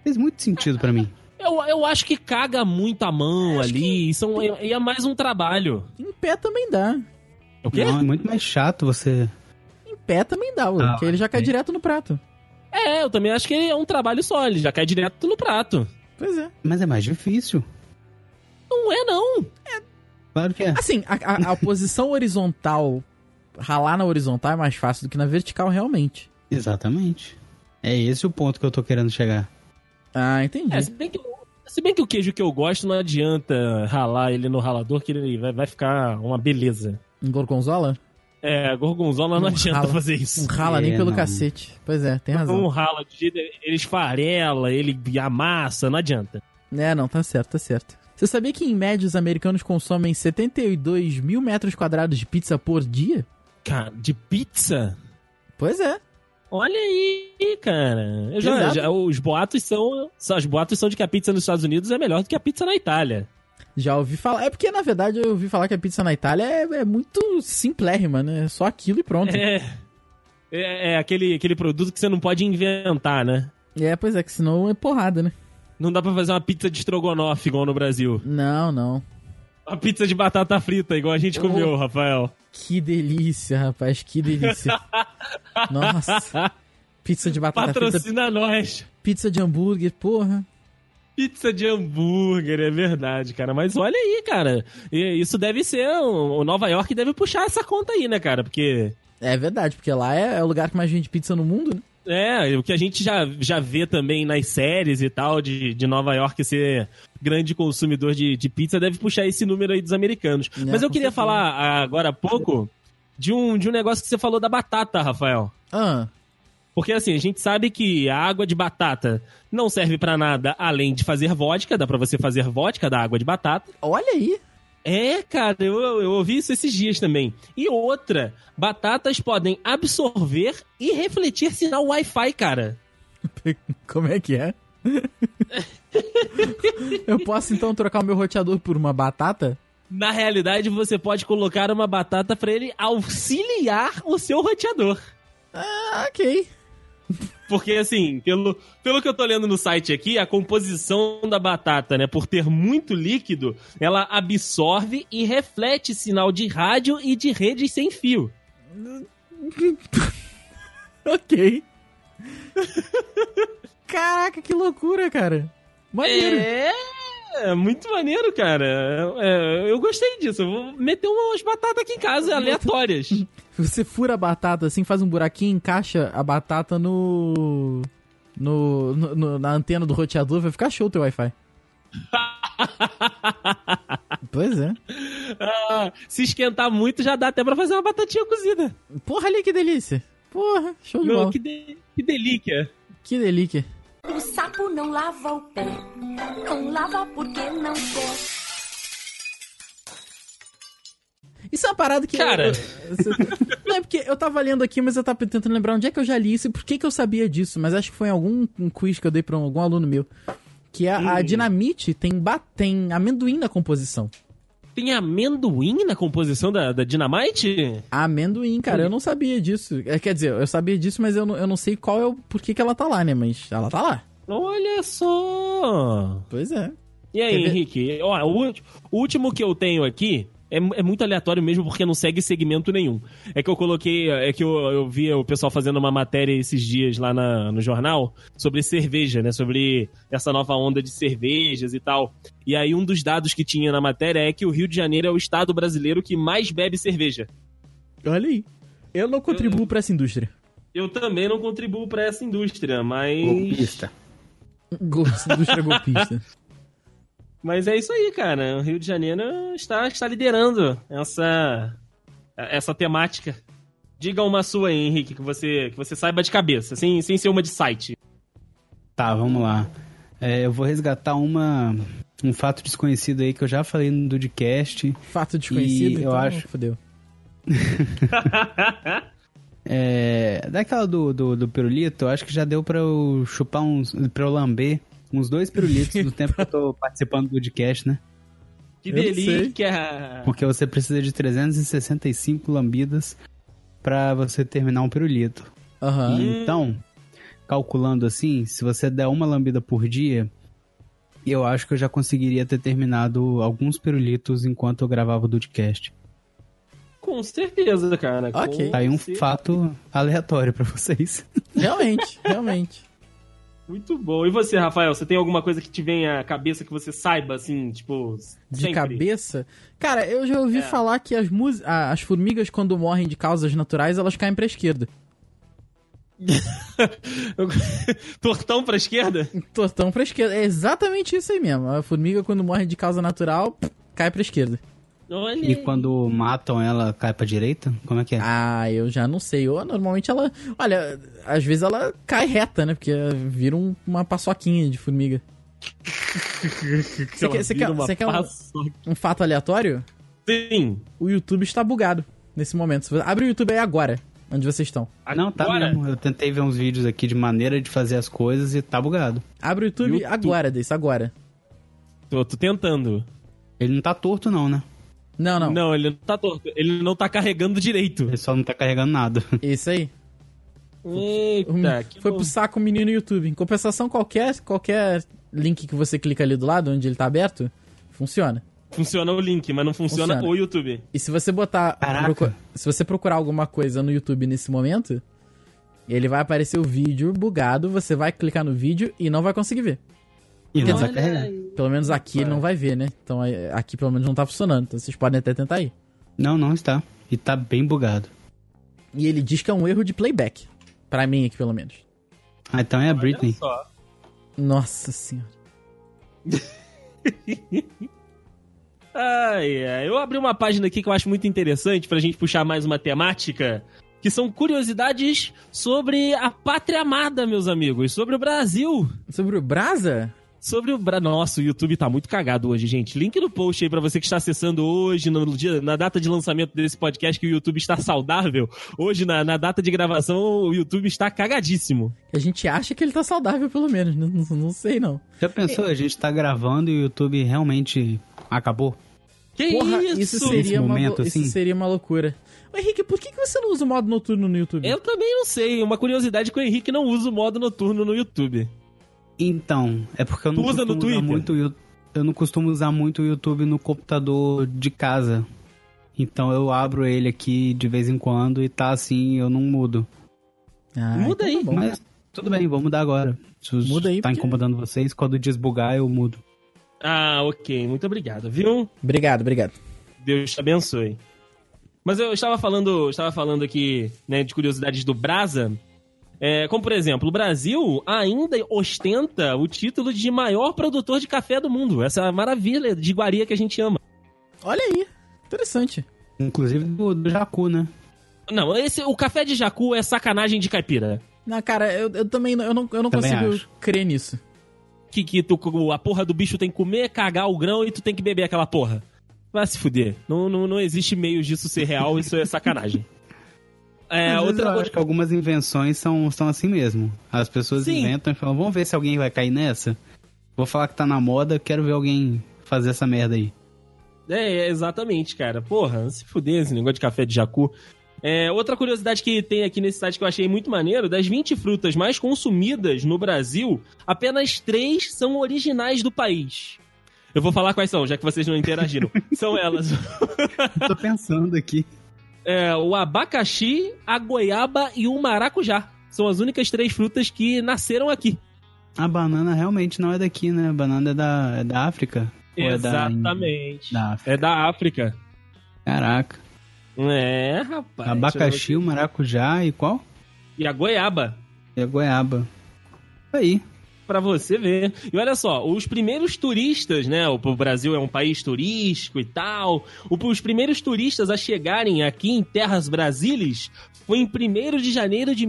Speaker 4: Fez muito sentido pra mim.
Speaker 3: Eu, eu acho que caga muito a mão ali. E, são, e é mais um trabalho.
Speaker 2: em pé também dá.
Speaker 3: O quê?
Speaker 4: Não, é muito mais chato você.
Speaker 2: Em pé também dá, ué,
Speaker 4: Ah,
Speaker 2: porque ele já cai
Speaker 4: ok.
Speaker 2: direto no prato.
Speaker 3: É, eu também acho que é um trabalho só. Ele já cai direto no prato.
Speaker 2: Pois é.
Speaker 4: Mas é mais difícil.
Speaker 3: Não é, não.
Speaker 4: Claro que é.
Speaker 2: Assim, a, a- a posição horizontal, ralar na horizontal é mais fácil do que na vertical, realmente.
Speaker 4: Exatamente. É esse o ponto que eu tô querendo chegar.
Speaker 2: Ah, entendi.
Speaker 3: É, se, bem que, o- se bem que o queijo que eu gosto não adianta ralar ele no ralador, que ele vai, vai ficar uma beleza.
Speaker 2: Um gorgonzola?
Speaker 3: É, gorgonzola não,
Speaker 2: Não
Speaker 3: adianta
Speaker 2: rala.
Speaker 3: fazer
Speaker 2: Não
Speaker 3: isso.
Speaker 2: Um rala nem
Speaker 4: É,
Speaker 2: pelo
Speaker 4: não.
Speaker 2: cacete. Pois é, tem razão.
Speaker 3: Não Um rala de jeito. Ele esfarela, ele amassa, não adianta.
Speaker 2: É, não, tá certo, tá certo. Você sabia que, em média, os americanos consomem 72 mil metros quadrados de pizza por dia?
Speaker 3: Cara, de pizza?
Speaker 2: Pois é.
Speaker 3: Olha aí, cara. Eu já,
Speaker 2: Exato.
Speaker 3: já- os boatos são, só- Os boatos são de que a pizza nos Estados Unidos é melhor do que a pizza na Itália.
Speaker 2: Já ouvi falar. É porque, na verdade, eu ouvi falar que a pizza na Itália é, é muito simplérrima, né? É só aquilo e pronto. É.
Speaker 3: É. É, é aquele, aquele produto que você não pode inventar, né?
Speaker 2: pois é, que senão é porrada, né?
Speaker 3: Não dá pra fazer uma pizza de estrogonofe igual no Brasil.
Speaker 2: Não, não.
Speaker 3: Uma pizza de batata frita igual a gente comeu, Rafael.
Speaker 2: Que delícia, rapaz, que delícia. Nossa. Pizza de batata frita,
Speaker 3: Patrocina nós.
Speaker 2: pizza de hambúrguer, porra.
Speaker 3: Pizza de hambúrguer, é verdade, cara. Mas olha aí, cara. E Isso deve ser. um, O o Nova York deve puxar essa conta aí, né, cara? Porque.
Speaker 2: É verdade, porque lá é, é o lugar que mais vende pizza no mundo, né?
Speaker 3: É, o que a gente já, já vê também nas séries e tal, de, de Nova York ser grande consumidor de, de pizza, deve puxar esse número aí dos americanos.
Speaker 2: É,
Speaker 3: Mas eu
Speaker 2: com certeza.
Speaker 3: queria falar agora há pouco de um, de um negócio que você falou da batata, Rafael.
Speaker 2: Ah,
Speaker 3: Porque assim, a gente sabe que a água de batata não serve pra nada além de fazer vodka, dá pra você fazer vodka da água de batata.
Speaker 2: olha aí.
Speaker 3: É, cara, eu, eu- eu ouvi isso esses dias também. E outra, batatas podem absorver e refletir sinal Wi-Fi, cara.
Speaker 2: Como é que é? eu posso então trocar o meu roteador por uma batata?
Speaker 3: Na realidade, você pode colocar uma batata pra ele auxiliar o seu roteador.
Speaker 2: Ah, ok.
Speaker 3: Porque, assim, pelo, pelo que eu tô lendo no site aqui, a composição da batata, né, por ter muito líquido, ela absorve e reflete sinal de rádio e de redes sem fio.
Speaker 2: ok. Caraca, que loucura, cara. Maneiro.
Speaker 3: É, é muito maneiro, cara. É, eu gostei disso. Eu vou meter umas batatas aqui em casa, aleatórias.
Speaker 2: Você fura a batata assim, faz um buraquinho, encaixa a batata no. No, no- no- na antena do roteador, vai ficar show o teu Wi-Fi. pois é.
Speaker 3: Ah, se esquentar muito, já dá até pra fazer uma batatinha cozida.
Speaker 2: Porra ali, que delícia. Porra, show de
Speaker 3: Não,
Speaker 2: bola.
Speaker 3: que,
Speaker 2: Que...
Speaker 3: de- que delícia.
Speaker 2: delícia.
Speaker 5: O sapo não lava o pé. Não lava porque não quer.
Speaker 2: Isso é uma parada que.
Speaker 3: Cara.
Speaker 2: Não é porque eu tava lendo aqui, mas eu tava tentando lembrar onde é que eu já li isso e por que, que eu sabia disso, mas acho que foi em algum um quiz que eu dei pra algum aluno meu. Que é a, a dinamite tem, ba- tem amendoim na composição.
Speaker 3: Tem amendoim na composição da, da Dynamite?
Speaker 2: Amendoim, cara, eu não sabia disso. É, quer dizer, eu sabia disso, mas eu não, eu não sei qual é o porquê que ela tá lá, né? Mas ela tá lá.
Speaker 3: Olha só!
Speaker 2: Pois é.
Speaker 3: E aí,
Speaker 2: Quer ver?
Speaker 3: Henrique? Ó, o, ulti- o último que eu tenho aqui é, mu- é muito aleatório mesmo porque não segue segmento nenhum. É que eu coloquei, é que eu, eu vi o pessoal fazendo uma matéria esses dias lá na- no jornal sobre cerveja, né? Sobre essa nova onda de cervejas e tal. E aí, um dos dados que tinha na matéria é que o Rio de Janeiro é o estado brasileiro que mais bebe cerveja.
Speaker 2: Olha aí. Eu não contribuo pra essa indústria.
Speaker 3: Eu também não contribuo pra essa indústria, mas.
Speaker 4: Golpista.
Speaker 2: Gosto indústria golpista.
Speaker 3: Mas é isso aí, cara. O Rio de Janeiro está, está liderando essa, essa temática. Diga uma sua aí, Henrique, que você, que você saiba de cabeça, sem, sem ser uma de site.
Speaker 4: Tá, vamos lá. É, eu vou resgatar uma, um fato desconhecido aí que eu já falei no Dudcast.
Speaker 2: Fato desconhecido,
Speaker 4: E
Speaker 2: então,
Speaker 4: eu acho-
Speaker 2: Fodeu.
Speaker 4: É, daquela do, do, do pirulito, eu acho que já deu pra eu chupar uns. pra eu lamber uns dois pirulitos no tempo que eu tô participando do podcast, né?
Speaker 3: Que
Speaker 2: Eu não sei.
Speaker 3: delícia!
Speaker 4: Porque você precisa de 365 lambidas pra você terminar um pirulito.
Speaker 2: Aham.
Speaker 4: E Então, calculando assim, se você der uma lambida por dia, eu acho que eu já conseguiria ter terminado alguns pirulitos enquanto eu gravava o podcast.
Speaker 3: Com certeza, cara.
Speaker 2: Ok.
Speaker 3: Com
Speaker 4: Tá aí um
Speaker 3: cer-
Speaker 4: fato aleatório pra vocês.
Speaker 2: Realmente, realmente.
Speaker 3: Muito bom. E você, Rafael, você tem alguma coisa que te vem à cabeça que você saiba, assim, tipo.
Speaker 2: De
Speaker 3: sempre?
Speaker 2: cabeça. Cara, eu já ouvi
Speaker 3: É.
Speaker 2: falar que as, mus... ah, as formigas, quando morrem de causas naturais, elas caem pra esquerda.
Speaker 3: Tortão pra esquerda?
Speaker 2: Tortão pra esquerda. É exatamente isso aí mesmo. A formiga, quando morre de causa natural, pff, cai pra esquerda.
Speaker 3: Olha.
Speaker 4: E
Speaker 3: aí.
Speaker 4: quando matam ela, cai pra direita? Como é que é?
Speaker 2: Ah, eu já não sei. Ou normalmente ela. Olha, às vezes ela cai reta, né? Porque vira um- uma paçoquinha de formiga.
Speaker 3: Ela
Speaker 2: quer- você
Speaker 3: vira
Speaker 2: quer-
Speaker 3: uma
Speaker 2: você quer um-
Speaker 3: paçoca.
Speaker 2: Um fato aleatório:
Speaker 3: Sim. o
Speaker 2: o YouTube está bugado nesse momento. Se você- Abre o YouTube aí agora, onde vocês estão.
Speaker 3: Ah,
Speaker 4: Não, tá mesmo. Eu tentei ver uns vídeos aqui de maneira de fazer as coisas e tá bugado.
Speaker 2: Abre o YouTube,
Speaker 4: YouTube.
Speaker 2: agora, desse agora.
Speaker 3: Tô, tô tentando.
Speaker 4: Ele não tá torto, não, né?
Speaker 2: Não, não.
Speaker 3: Não. ele não tá torto. Ele não tá carregando direito.
Speaker 4: Ele só não tá carregando nada.
Speaker 2: Isso aí.
Speaker 3: Eita, Tá, que
Speaker 2: Hum, Foi
Speaker 3: bom.
Speaker 2: pro saco o menino YouTube. Em compensação, qualquer, qualquer link que você clica ali do lado, onde ele tá aberto, funciona.
Speaker 3: Funciona o link, mas não funciona,
Speaker 2: Funciona.
Speaker 3: o YouTube.
Speaker 2: E se você botar.
Speaker 4: Caraca.
Speaker 2: procu- Se você procurar alguma coisa no YouTube nesse momento, ele vai aparecer o vídeo bugado, você vai clicar no vídeo e não vai conseguir ver.
Speaker 4: E não tá vai
Speaker 3: Olha
Speaker 4: carregar.
Speaker 3: aí.
Speaker 2: Pelo menos aqui ele não vai ver, né? Então é, aqui pelo menos não tá funcionando. Então vocês podem até tentar aí.
Speaker 4: Não, não está. E tá bem bugado.
Speaker 2: E ele diz que é um erro de playback. Pra mim aqui, pelo menos.
Speaker 4: Ah, então é a
Speaker 3: Olha
Speaker 4: Britney.
Speaker 3: só.
Speaker 2: Nossa senhora.
Speaker 3: Ai, ai. Eu abri uma página aqui que eu acho muito interessante pra gente puxar mais uma temática. Que são curiosidades sobre a pátria amada, meus amigos. Sobre o Brasil.
Speaker 2: Sobre o Brasa?
Speaker 3: Sobre o Bra... Nossa, o YouTube tá muito cagado hoje, gente. Link no post aí pra você que está acessando hoje, no dia, na data de lançamento desse podcast, que o YouTube está saudável. Hoje, na, na data de gravação, o YouTube está cagadíssimo.
Speaker 2: A gente acha que ele tá saudável, pelo menos. Não, não- não sei, não.
Speaker 4: Já pensou? A gente tá gravando e o YouTube realmente acabou?
Speaker 3: Que
Speaker 2: Porra,
Speaker 3: isso?
Speaker 2: isso, seria, uma,
Speaker 4: momento,
Speaker 2: lou- isso
Speaker 4: assim?
Speaker 2: seria uma loucura. Ô, Henrique, por que, que você não usa o modo noturno no YouTube?
Speaker 3: Eu também não sei. Uma curiosidade que o Henrique não usa o modo noturno no YouTube.
Speaker 4: Então, é porque eu não
Speaker 3: Tu usa no
Speaker 4: costumo usar
Speaker 3: Twitter?
Speaker 4: muito o Yu- eu não costumo usar muito o YouTube no computador de casa. Então eu abro ele aqui de vez em quando e tá assim, eu não mudo.
Speaker 2: Ah,
Speaker 3: Muda aí,
Speaker 2: bom.
Speaker 4: Mas tudo bem, vou mudar agora. Se os-
Speaker 2: Muda aí,
Speaker 4: tá
Speaker 2: porque-
Speaker 4: incomodando vocês, quando desbugar eu mudo.
Speaker 3: Ah, ok. Muito obrigado, viu?
Speaker 2: Obrigado, obrigado.
Speaker 3: Deus te abençoe. Mas eu estava falando, eu estava falando aqui, né, de curiosidades do Brasa. É, como por exemplo, o Brasil ainda ostenta o título de maior produtor de café do mundo. Essa é maravilha de iguaria que a gente ama.
Speaker 2: Olha aí, interessante.
Speaker 4: Inclusive do, do Jacu, né?
Speaker 3: Não, esse o café de Jacu é sacanagem de caipira.
Speaker 2: Não, cara, eu, eu também não- eu não, eu não
Speaker 4: Também
Speaker 2: consigo
Speaker 4: acho.
Speaker 2: crer nisso.
Speaker 3: Que, que tu, a porra do bicho tem que comer, cagar o grão e tu tem que beber aquela porra. Vai se fuder. Não, não, não existe meios disso ser real, isso é sacanagem. É,
Speaker 4: Às vezes
Speaker 3: outra
Speaker 4: eu acho que algumas invenções são, são assim mesmo. As pessoas
Speaker 3: Sim.
Speaker 4: inventam e falam, vamos ver se alguém vai cair nessa. Vou falar que tá na moda, quero ver alguém fazer essa merda aí.
Speaker 3: É, é, exatamente, cara. Porra, se fuder esse negócio de café de jacu. É, outra curiosidade que tem aqui nesse site que eu achei muito maneiro, das 20 frutas mais consumidas no Brasil, apenas 3 são originais do país. Eu vou falar quais são, já que vocês não interagiram. são elas
Speaker 4: Tô pensando aqui.
Speaker 3: é, o abacaxi, a goiaba e o maracujá. São as únicas três frutas que nasceram aqui.
Speaker 4: A banana realmente não é daqui, né? A banana é da, é da África. Ou é da-
Speaker 3: Exatamente.
Speaker 4: Da África.
Speaker 3: É da África.
Speaker 4: Caraca.
Speaker 3: É, rapaz.
Speaker 4: Abacaxi, o maracujá e qual?
Speaker 3: E a goiaba.
Speaker 4: E a goiaba. Aí.
Speaker 3: Pra você ver. E olha só, os primeiros turistas, né? O o Brasil é um país turístico e tal. o- Os primeiros turistas a chegarem aqui em terras brasílias foi em 1 de janeiro de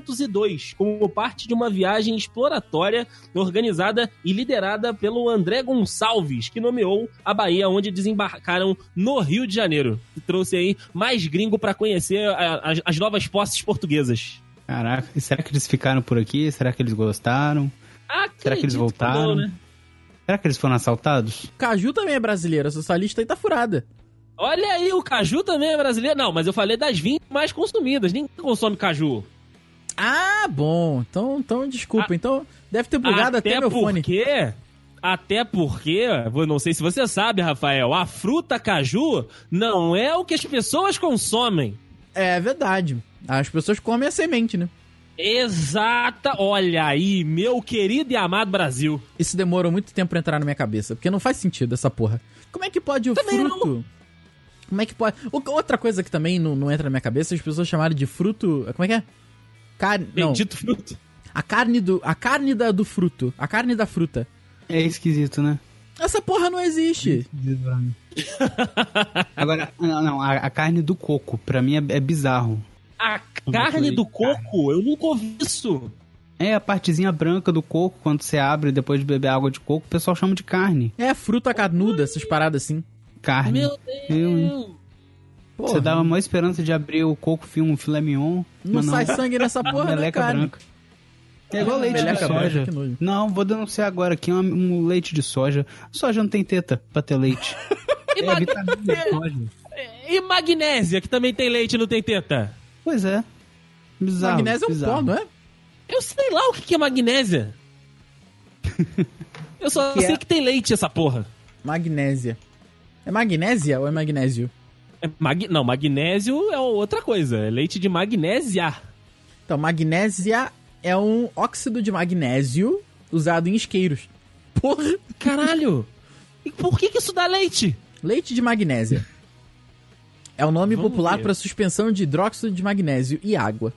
Speaker 3: 1502, como parte de uma viagem exploratória organizada e liderada pelo André Gonçalves, que nomeou a Bahia, onde desembarcaram no Rio de Janeiro. E trouxe aí mais gringo pra conhecer a- as- as novas posses portuguesas.
Speaker 4: Caraca, e será que eles ficaram por aqui? Será que eles gostaram?
Speaker 3: Ah,
Speaker 4: Será que eles voltaram?
Speaker 3: né?
Speaker 4: Será que eles foram assaltados?
Speaker 2: Caju também é brasileira, essa sua lista aí tá furada.
Speaker 3: Olha aí, o caju também é brasileiro. Não, mas eu falei das 20 mais consumidas. Ninguém consome caju.
Speaker 2: Ah, bom. Então, então desculpa. então, deve ter bugado até, meu fone.
Speaker 3: porque, Até porque, vou- não sei se você sabe, Rafael, a fruta caju não é o que as pessoas consomem.
Speaker 2: É verdade. As pessoas comem a semente, né?
Speaker 3: Exata. Olha aí, meu querido e amado Brasil.
Speaker 2: Isso demorou muito tempo pra entrar na minha cabeça, porque não faz sentido essa porra. Como é que pode o
Speaker 3: Também
Speaker 2: fruto. Como é que pode. O- Outra coisa que também não, não entra na minha cabeça, as pessoas chamaram de fruto. Como é que é? Carne. Não.
Speaker 3: Bendito fruto.
Speaker 2: A carne do. A carne da, do fruto. A carne da fruta.
Speaker 4: É esquisito, né?
Speaker 2: Essa porra não existe.
Speaker 4: Agora, não, não, a, a carne do coco, pra mim é, é bizarro.
Speaker 3: A
Speaker 4: falei
Speaker 3: carne do coco, eu nunca ouvi isso.
Speaker 4: É a partezinha branca do coco, quando você abre depois de beber água de coco, o pessoal chama de carne.
Speaker 2: É fruta carnuda, essas paradas assim.
Speaker 4: Carne.
Speaker 3: Meu
Speaker 4: Eu, hein?
Speaker 3: Deus.
Speaker 2: Porra,
Speaker 4: você dava a maior esperança de abrir o coco, filme um filé mignon.
Speaker 2: não
Speaker 4: mas
Speaker 2: sai sangue nessa
Speaker 4: não, é.
Speaker 2: porra, né,
Speaker 4: meleca
Speaker 2: cara?
Speaker 4: branca. É igual leite de
Speaker 2: Meleca branca,
Speaker 4: soja.
Speaker 2: que nojo.
Speaker 4: Não, vou denunciar agora aqui um, um leite de soja. Soja não tem teta pra ter leite.
Speaker 3: E,
Speaker 4: é
Speaker 3: ma-
Speaker 4: vitamina de soja.
Speaker 3: e magnésia, que também tem leite e não tem teta?
Speaker 4: Pois é. Bizarro.
Speaker 2: Magnésio é um
Speaker 4: bizarro.
Speaker 2: pó, não é?
Speaker 3: Eu sei lá o que que é magnésia. Eu só sei que é? tem leite essa porra.
Speaker 2: Magnésia. É magnésia ou é magnésio?
Speaker 3: É mag- Não, magnésio é outra coisa. É leite de magnésia.
Speaker 2: Então, magnésia é um óxido de magnésio usado em isqueiros. Porra!
Speaker 3: Caralho! E por que, que isso dá leite?
Speaker 2: Leite de magnésia. É o nome
Speaker 3: Vamos
Speaker 2: popular
Speaker 3: ver.
Speaker 2: para suspensão de hidróxido de magnésio e água.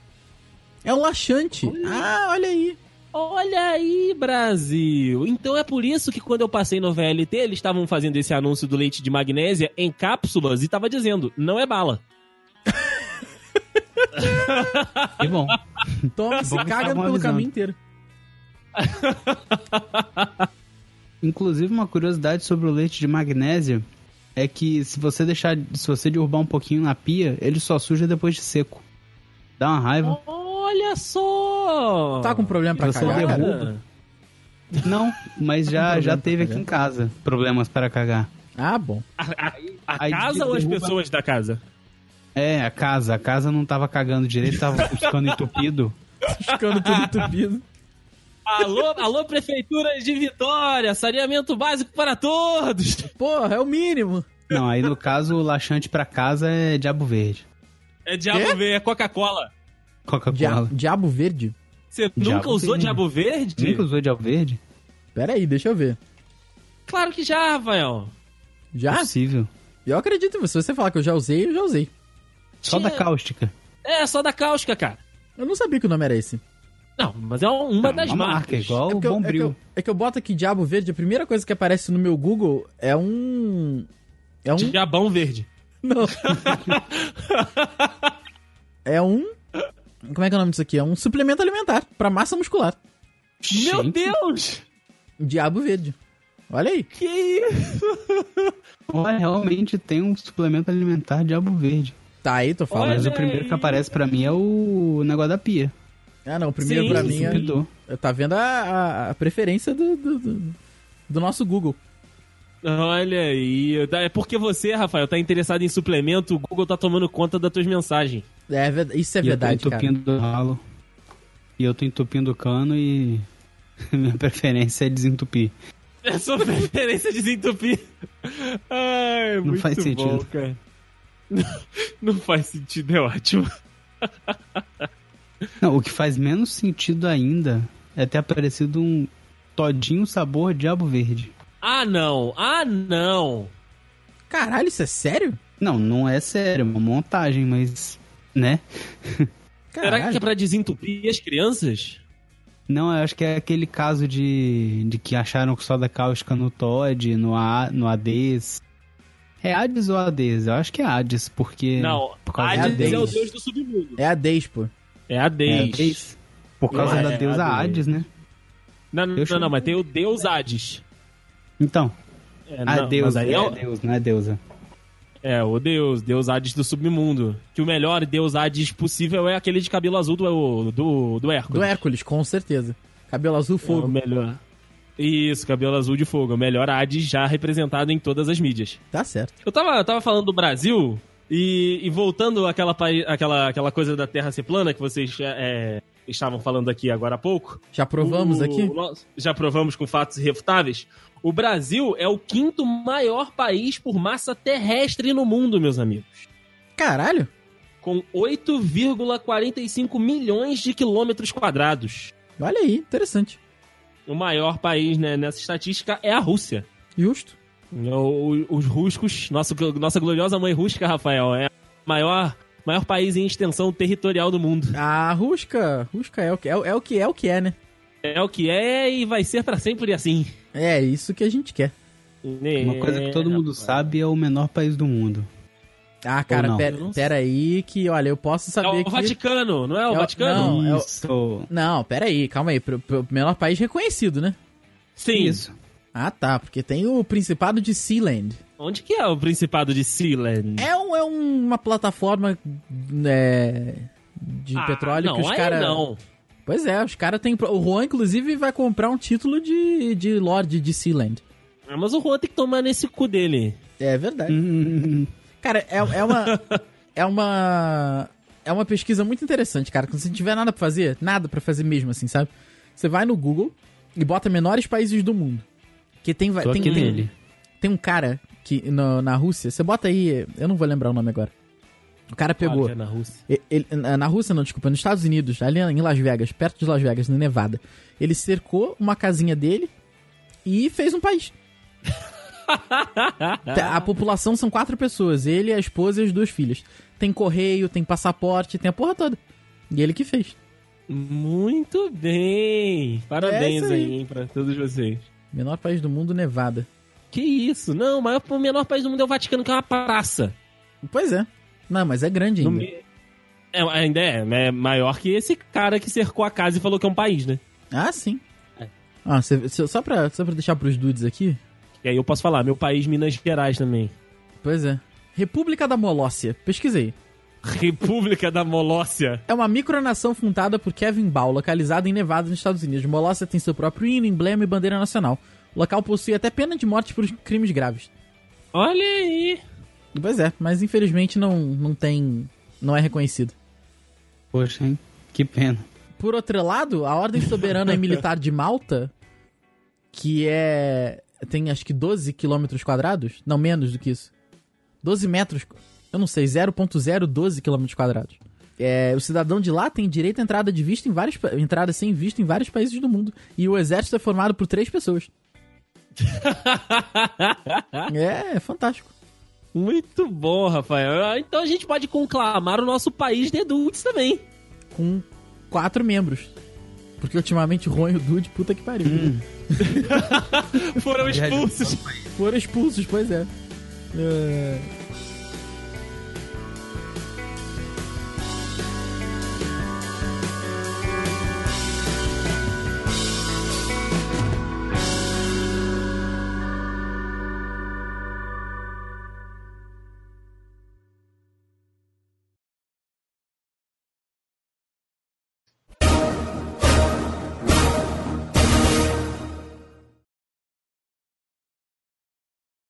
Speaker 2: É um laxante. Ah, olha aí.
Speaker 3: Olha aí, Brasil! Então é por isso que quando eu passei no VLT, eles estavam fazendo esse anúncio do leite de magnésia em cápsulas e tava dizendo, não é bala.
Speaker 2: é?
Speaker 4: Que bom.
Speaker 2: Toma, se
Speaker 4: Bom,
Speaker 2: caga
Speaker 4: estavam
Speaker 2: pelo
Speaker 4: avisando.
Speaker 2: caminho inteiro.
Speaker 4: Inclusive, uma curiosidade sobre o leite de magnésio é que se você deixar, se você derrubar um pouquinho na pia, ele só suja depois de seco. Dá uma raiva.
Speaker 3: Olha só!
Speaker 2: Tá com problema pra
Speaker 4: Você
Speaker 2: cagar,
Speaker 4: derruba.
Speaker 2: cara?
Speaker 4: Não, mas
Speaker 2: Não
Speaker 4: já,
Speaker 2: tem problema tá
Speaker 4: já
Speaker 2: pra
Speaker 4: teve aqui
Speaker 2: cagar.
Speaker 4: em casa problemas para cagar.
Speaker 2: Ah, bom.
Speaker 3: A, a- a
Speaker 4: Aí
Speaker 3: casa ou as
Speaker 4: derruba-
Speaker 3: pessoas da casa?
Speaker 4: É, a casa, a casa não tava cagando direito, tava ficando entupido.
Speaker 2: Ficando tudo entupido.
Speaker 3: Alô, alô, prefeitura de Vitória, saneamento básico para todos.
Speaker 2: Porra, é o mínimo.
Speaker 4: Não, aí no caso o laxante pra casa é diabo verde.
Speaker 3: É Diabo Verde, é Coca-Cola.
Speaker 2: Dia-
Speaker 4: Coca-Cola.
Speaker 2: Diabo verde?
Speaker 3: Você
Speaker 4: Diabo
Speaker 3: nunca usou
Speaker 4: Verde.
Speaker 3: Diabo Verde?
Speaker 4: Nunca usou diabo verde?
Speaker 2: Pera aí, deixa eu ver.
Speaker 3: Claro que já, Rafael.
Speaker 2: Já?
Speaker 4: Possível.
Speaker 2: Eu acredito em você. Se você falar que eu já usei, eu já usei.
Speaker 4: Só
Speaker 3: Tinha-
Speaker 4: da cáustica.
Speaker 3: É, só da cáustica, cara.
Speaker 2: Eu não sabia que o nome era esse.
Speaker 3: Não, mas é uma
Speaker 4: Não,
Speaker 3: das
Speaker 4: uma
Speaker 3: marcas.
Speaker 4: marca igual
Speaker 2: é,
Speaker 4: o
Speaker 2: porque eu, é, que
Speaker 4: Bombril.
Speaker 2: eu, é que eu boto aqui Diabo Verde, a primeira coisa que aparece no meu Google é um. É um.
Speaker 3: Diabão Verde.
Speaker 2: Não. é um. Como é que é o nome disso aqui? É um suplemento alimentar pra massa muscular.
Speaker 3: Meu
Speaker 4: Gente.
Speaker 3: Deus!
Speaker 2: Diabo Verde. Olha aí.
Speaker 3: Que isso?
Speaker 4: Olha, é realmente tem um suplemento alimentar diabo verde.
Speaker 2: Tá aí, tô falando.
Speaker 4: Mas
Speaker 3: Olha
Speaker 4: o primeiro
Speaker 3: aí.
Speaker 4: que aparece pra mim é o negócio da pia.
Speaker 2: Ah, não. o Primeiro
Speaker 3: Sim,
Speaker 2: pra
Speaker 4: do
Speaker 2: mim é.
Speaker 4: supridor.
Speaker 2: Tá vendo a, a- a preferência do, do, do- do nosso Google.
Speaker 3: Olha aí. tá- É porque você, Rafael, tá interessado em suplemento, o Google tá tomando conta das tuas mensagens.
Speaker 2: É, ver- isso é
Speaker 4: E
Speaker 2: verdade,
Speaker 4: eu tô
Speaker 2: cara.
Speaker 4: entupindo o ralo. E eu tô entupindo o cano e. Minha preferência é desentupir.
Speaker 3: É sua preferência desentupir. Ai,
Speaker 4: Não
Speaker 3: muito
Speaker 4: faz
Speaker 3: bom,
Speaker 4: sentido.
Speaker 3: cara. Não faz sentido, é ótimo.
Speaker 4: Não, o que faz menos sentido ainda é ter aparecido um todinho sabor diabo verde.
Speaker 3: Ah, não. Ah, não.
Speaker 2: Caralho, isso é sério?
Speaker 4: Não, não é sério, é uma montagem, mas. Né?
Speaker 2: Caralho.
Speaker 3: Será que é pra desentupir as crianças?
Speaker 4: Não, eu acho que é aquele caso de, de que acharam soda cáustica no Todd, no, A, no Hades. É Hades ou Hades? Eu acho que é Hades, porque.
Speaker 3: Não,
Speaker 4: por causa da
Speaker 3: Hades é o
Speaker 4: Hades.
Speaker 3: deus do submundo.
Speaker 2: É a Deis, pô.
Speaker 3: É Hades.
Speaker 4: Hades. Por causa
Speaker 3: Eu
Speaker 4: da
Speaker 3: acho
Speaker 4: deusa
Speaker 3: errado
Speaker 4: Hades, né?
Speaker 3: Não, não,
Speaker 4: Eu
Speaker 3: não,
Speaker 4: chamo-
Speaker 3: não, mas tem o deus Hades.
Speaker 4: Então,
Speaker 3: É,
Speaker 4: a
Speaker 3: não, mas
Speaker 4: deusa,
Speaker 3: aí
Speaker 4: é,
Speaker 3: é,
Speaker 4: a
Speaker 3: o-
Speaker 4: deusa, não é deusa.
Speaker 3: é, o deus, deus Hades do submundo. Que o melhor deus Hades possível é aquele de cabelo azul do, do, do Hércules.
Speaker 2: Do Hércules, com certeza. Cabelo azul,
Speaker 3: É o
Speaker 2: fogo.
Speaker 3: melhor. Isso, cabelo azul de fogo. é O melhor Hades já representado em todas as mídias.
Speaker 2: Tá certo.
Speaker 3: Eu tava, eu tava falando do Brasil e, e voltando àquela, pai- àquela, àquela coisa da Terra ser plana que vocês é, estavam falando aqui agora há pouco.
Speaker 2: Já provamos
Speaker 3: O-
Speaker 2: aqui?
Speaker 3: o nosso- já provamos com fatos irrefutáveis. O Brasil é o quinto maior país por massa terrestre no mundo, meus amigos.
Speaker 2: Caralho.
Speaker 3: Com 8,45 milhões de quilômetros quadrados.
Speaker 2: Olha aí, interessante.
Speaker 3: O maior país né, nessa estatística é a Rússia.
Speaker 2: Justo.
Speaker 3: O- o- Os ruscos, nosso, nossa gloriosa mãe rusca, Rafael, é o maior, maior país em extensão territorial do mundo.
Speaker 2: A Rusca, Rusca é o que é, o- é o que é, o que é né?
Speaker 3: É o que é e vai ser pra sempre assim.
Speaker 2: É isso que a gente quer.
Speaker 3: É,
Speaker 2: É
Speaker 4: Uma coisa que todo mundo sabe é o menor país do mundo.
Speaker 2: Ah, cara,
Speaker 4: não?
Speaker 2: pera,
Speaker 3: Eu não sei.
Speaker 2: pera aí que, olha, eu posso
Speaker 3: É
Speaker 2: saber
Speaker 3: o
Speaker 2: que...
Speaker 3: Vaticano, não é o
Speaker 2: É o-
Speaker 3: Vaticano?
Speaker 2: Não, é o-
Speaker 4: Isso.
Speaker 2: Não, pera aí, calma aí. Pro, pro menor país reconhecido, né?
Speaker 3: Sim.
Speaker 4: Isso.
Speaker 2: Ah, tá, porque tem o Principado de Sealand.
Speaker 3: Onde que é o Principado de Sealand?
Speaker 2: É, um, é um- uma plataforma é, de
Speaker 3: Ah,
Speaker 2: petróleo
Speaker 3: não,
Speaker 2: que os
Speaker 3: aí
Speaker 2: caras...
Speaker 3: não.
Speaker 2: Pois é, os caras têm... pro- O Juan, inclusive, vai comprar um título de, de Lorde de Sealand.
Speaker 3: Ah, Mas o Juan tem que tomar nesse cu dele.
Speaker 2: É verdade.
Speaker 4: Hum,
Speaker 2: Cara, é, é uma. é uma. É uma pesquisa muito interessante, cara. Quando você não tiver nada pra fazer, nada pra fazer mesmo, assim, sabe? Você vai no Google e bota menores países do mundo. Que tem, va-
Speaker 4: tô
Speaker 2: tem,
Speaker 4: aqui
Speaker 2: tem,
Speaker 4: nele.
Speaker 2: tem um cara que no- na Rússia, você bota aí, eu não vou lembrar o nome agora. O cara
Speaker 3: Claro
Speaker 2: pegou.
Speaker 3: que é na Rússia.
Speaker 2: E- ele- na na Rússia, não, desculpa, nos Estados Unidos, ali em Las Vegas, perto de Las Vegas, no Nevada. Ele cercou uma casinha dele e fez um país.
Speaker 3: Ah.
Speaker 2: Tá, A população são quatro pessoas: ele, a esposa e as duas filhas. Tem correio, tem passaporte, tem a porra toda. E ele que fez.
Speaker 3: Muito bem. Parabéns
Speaker 2: É isso aí.
Speaker 3: aí, hein, pra todos vocês.
Speaker 2: Menor país do mundo, Nevada.
Speaker 3: Que isso? Não, o maior- o menor país do mundo é o Vaticano, que é uma praça.
Speaker 2: Pois é. Não, mas é grande
Speaker 3: No
Speaker 2: ainda.
Speaker 3: me- É, ainda é, é maior que esse cara que cercou a casa e falou que é um país, né?
Speaker 2: Ah, sim.
Speaker 3: É.
Speaker 2: Ah, cê- cê- só, pra, só pra deixar pros dudes aqui.
Speaker 3: E aí eu posso falar, meu país, Minas Gerais também.
Speaker 2: Pois é. República da Molócia. Pesquisei.
Speaker 3: República da Molócia.
Speaker 2: É uma micronação fundada por Kevin Ball, localizada em Nevada, nos Estados Unidos. Molócia tem seu próprio hino, emblema e bandeira nacional. O local possui até pena de morte por crimes graves.
Speaker 3: Olha aí.
Speaker 2: Pois é, mas infelizmente não, não tem. não é reconhecido.
Speaker 4: Poxa, hein? Que pena.
Speaker 2: Por outro lado, a Ordem Soberana e Militar de Malta, que é. tem acho que 12 quilômetros quadrados? Não, menos do que isso. 12 metros. Eu não sei, 0.012 quilômetros quadrados. É, o cidadão de lá tem direito à entrada de visto em vários pa- entrada sem visto em vários países do mundo. E o exército é formado por três pessoas. é, é fantástico.
Speaker 3: Muito bom, Rafael. Ah, Então a gente pode conclamar o nosso país de adultos também.
Speaker 2: Com quatro membros. Porque ultimamente o Ron e o Dude, puta que pariu.
Speaker 3: Foram expulsos.
Speaker 2: Foram expulsos, pois é. É,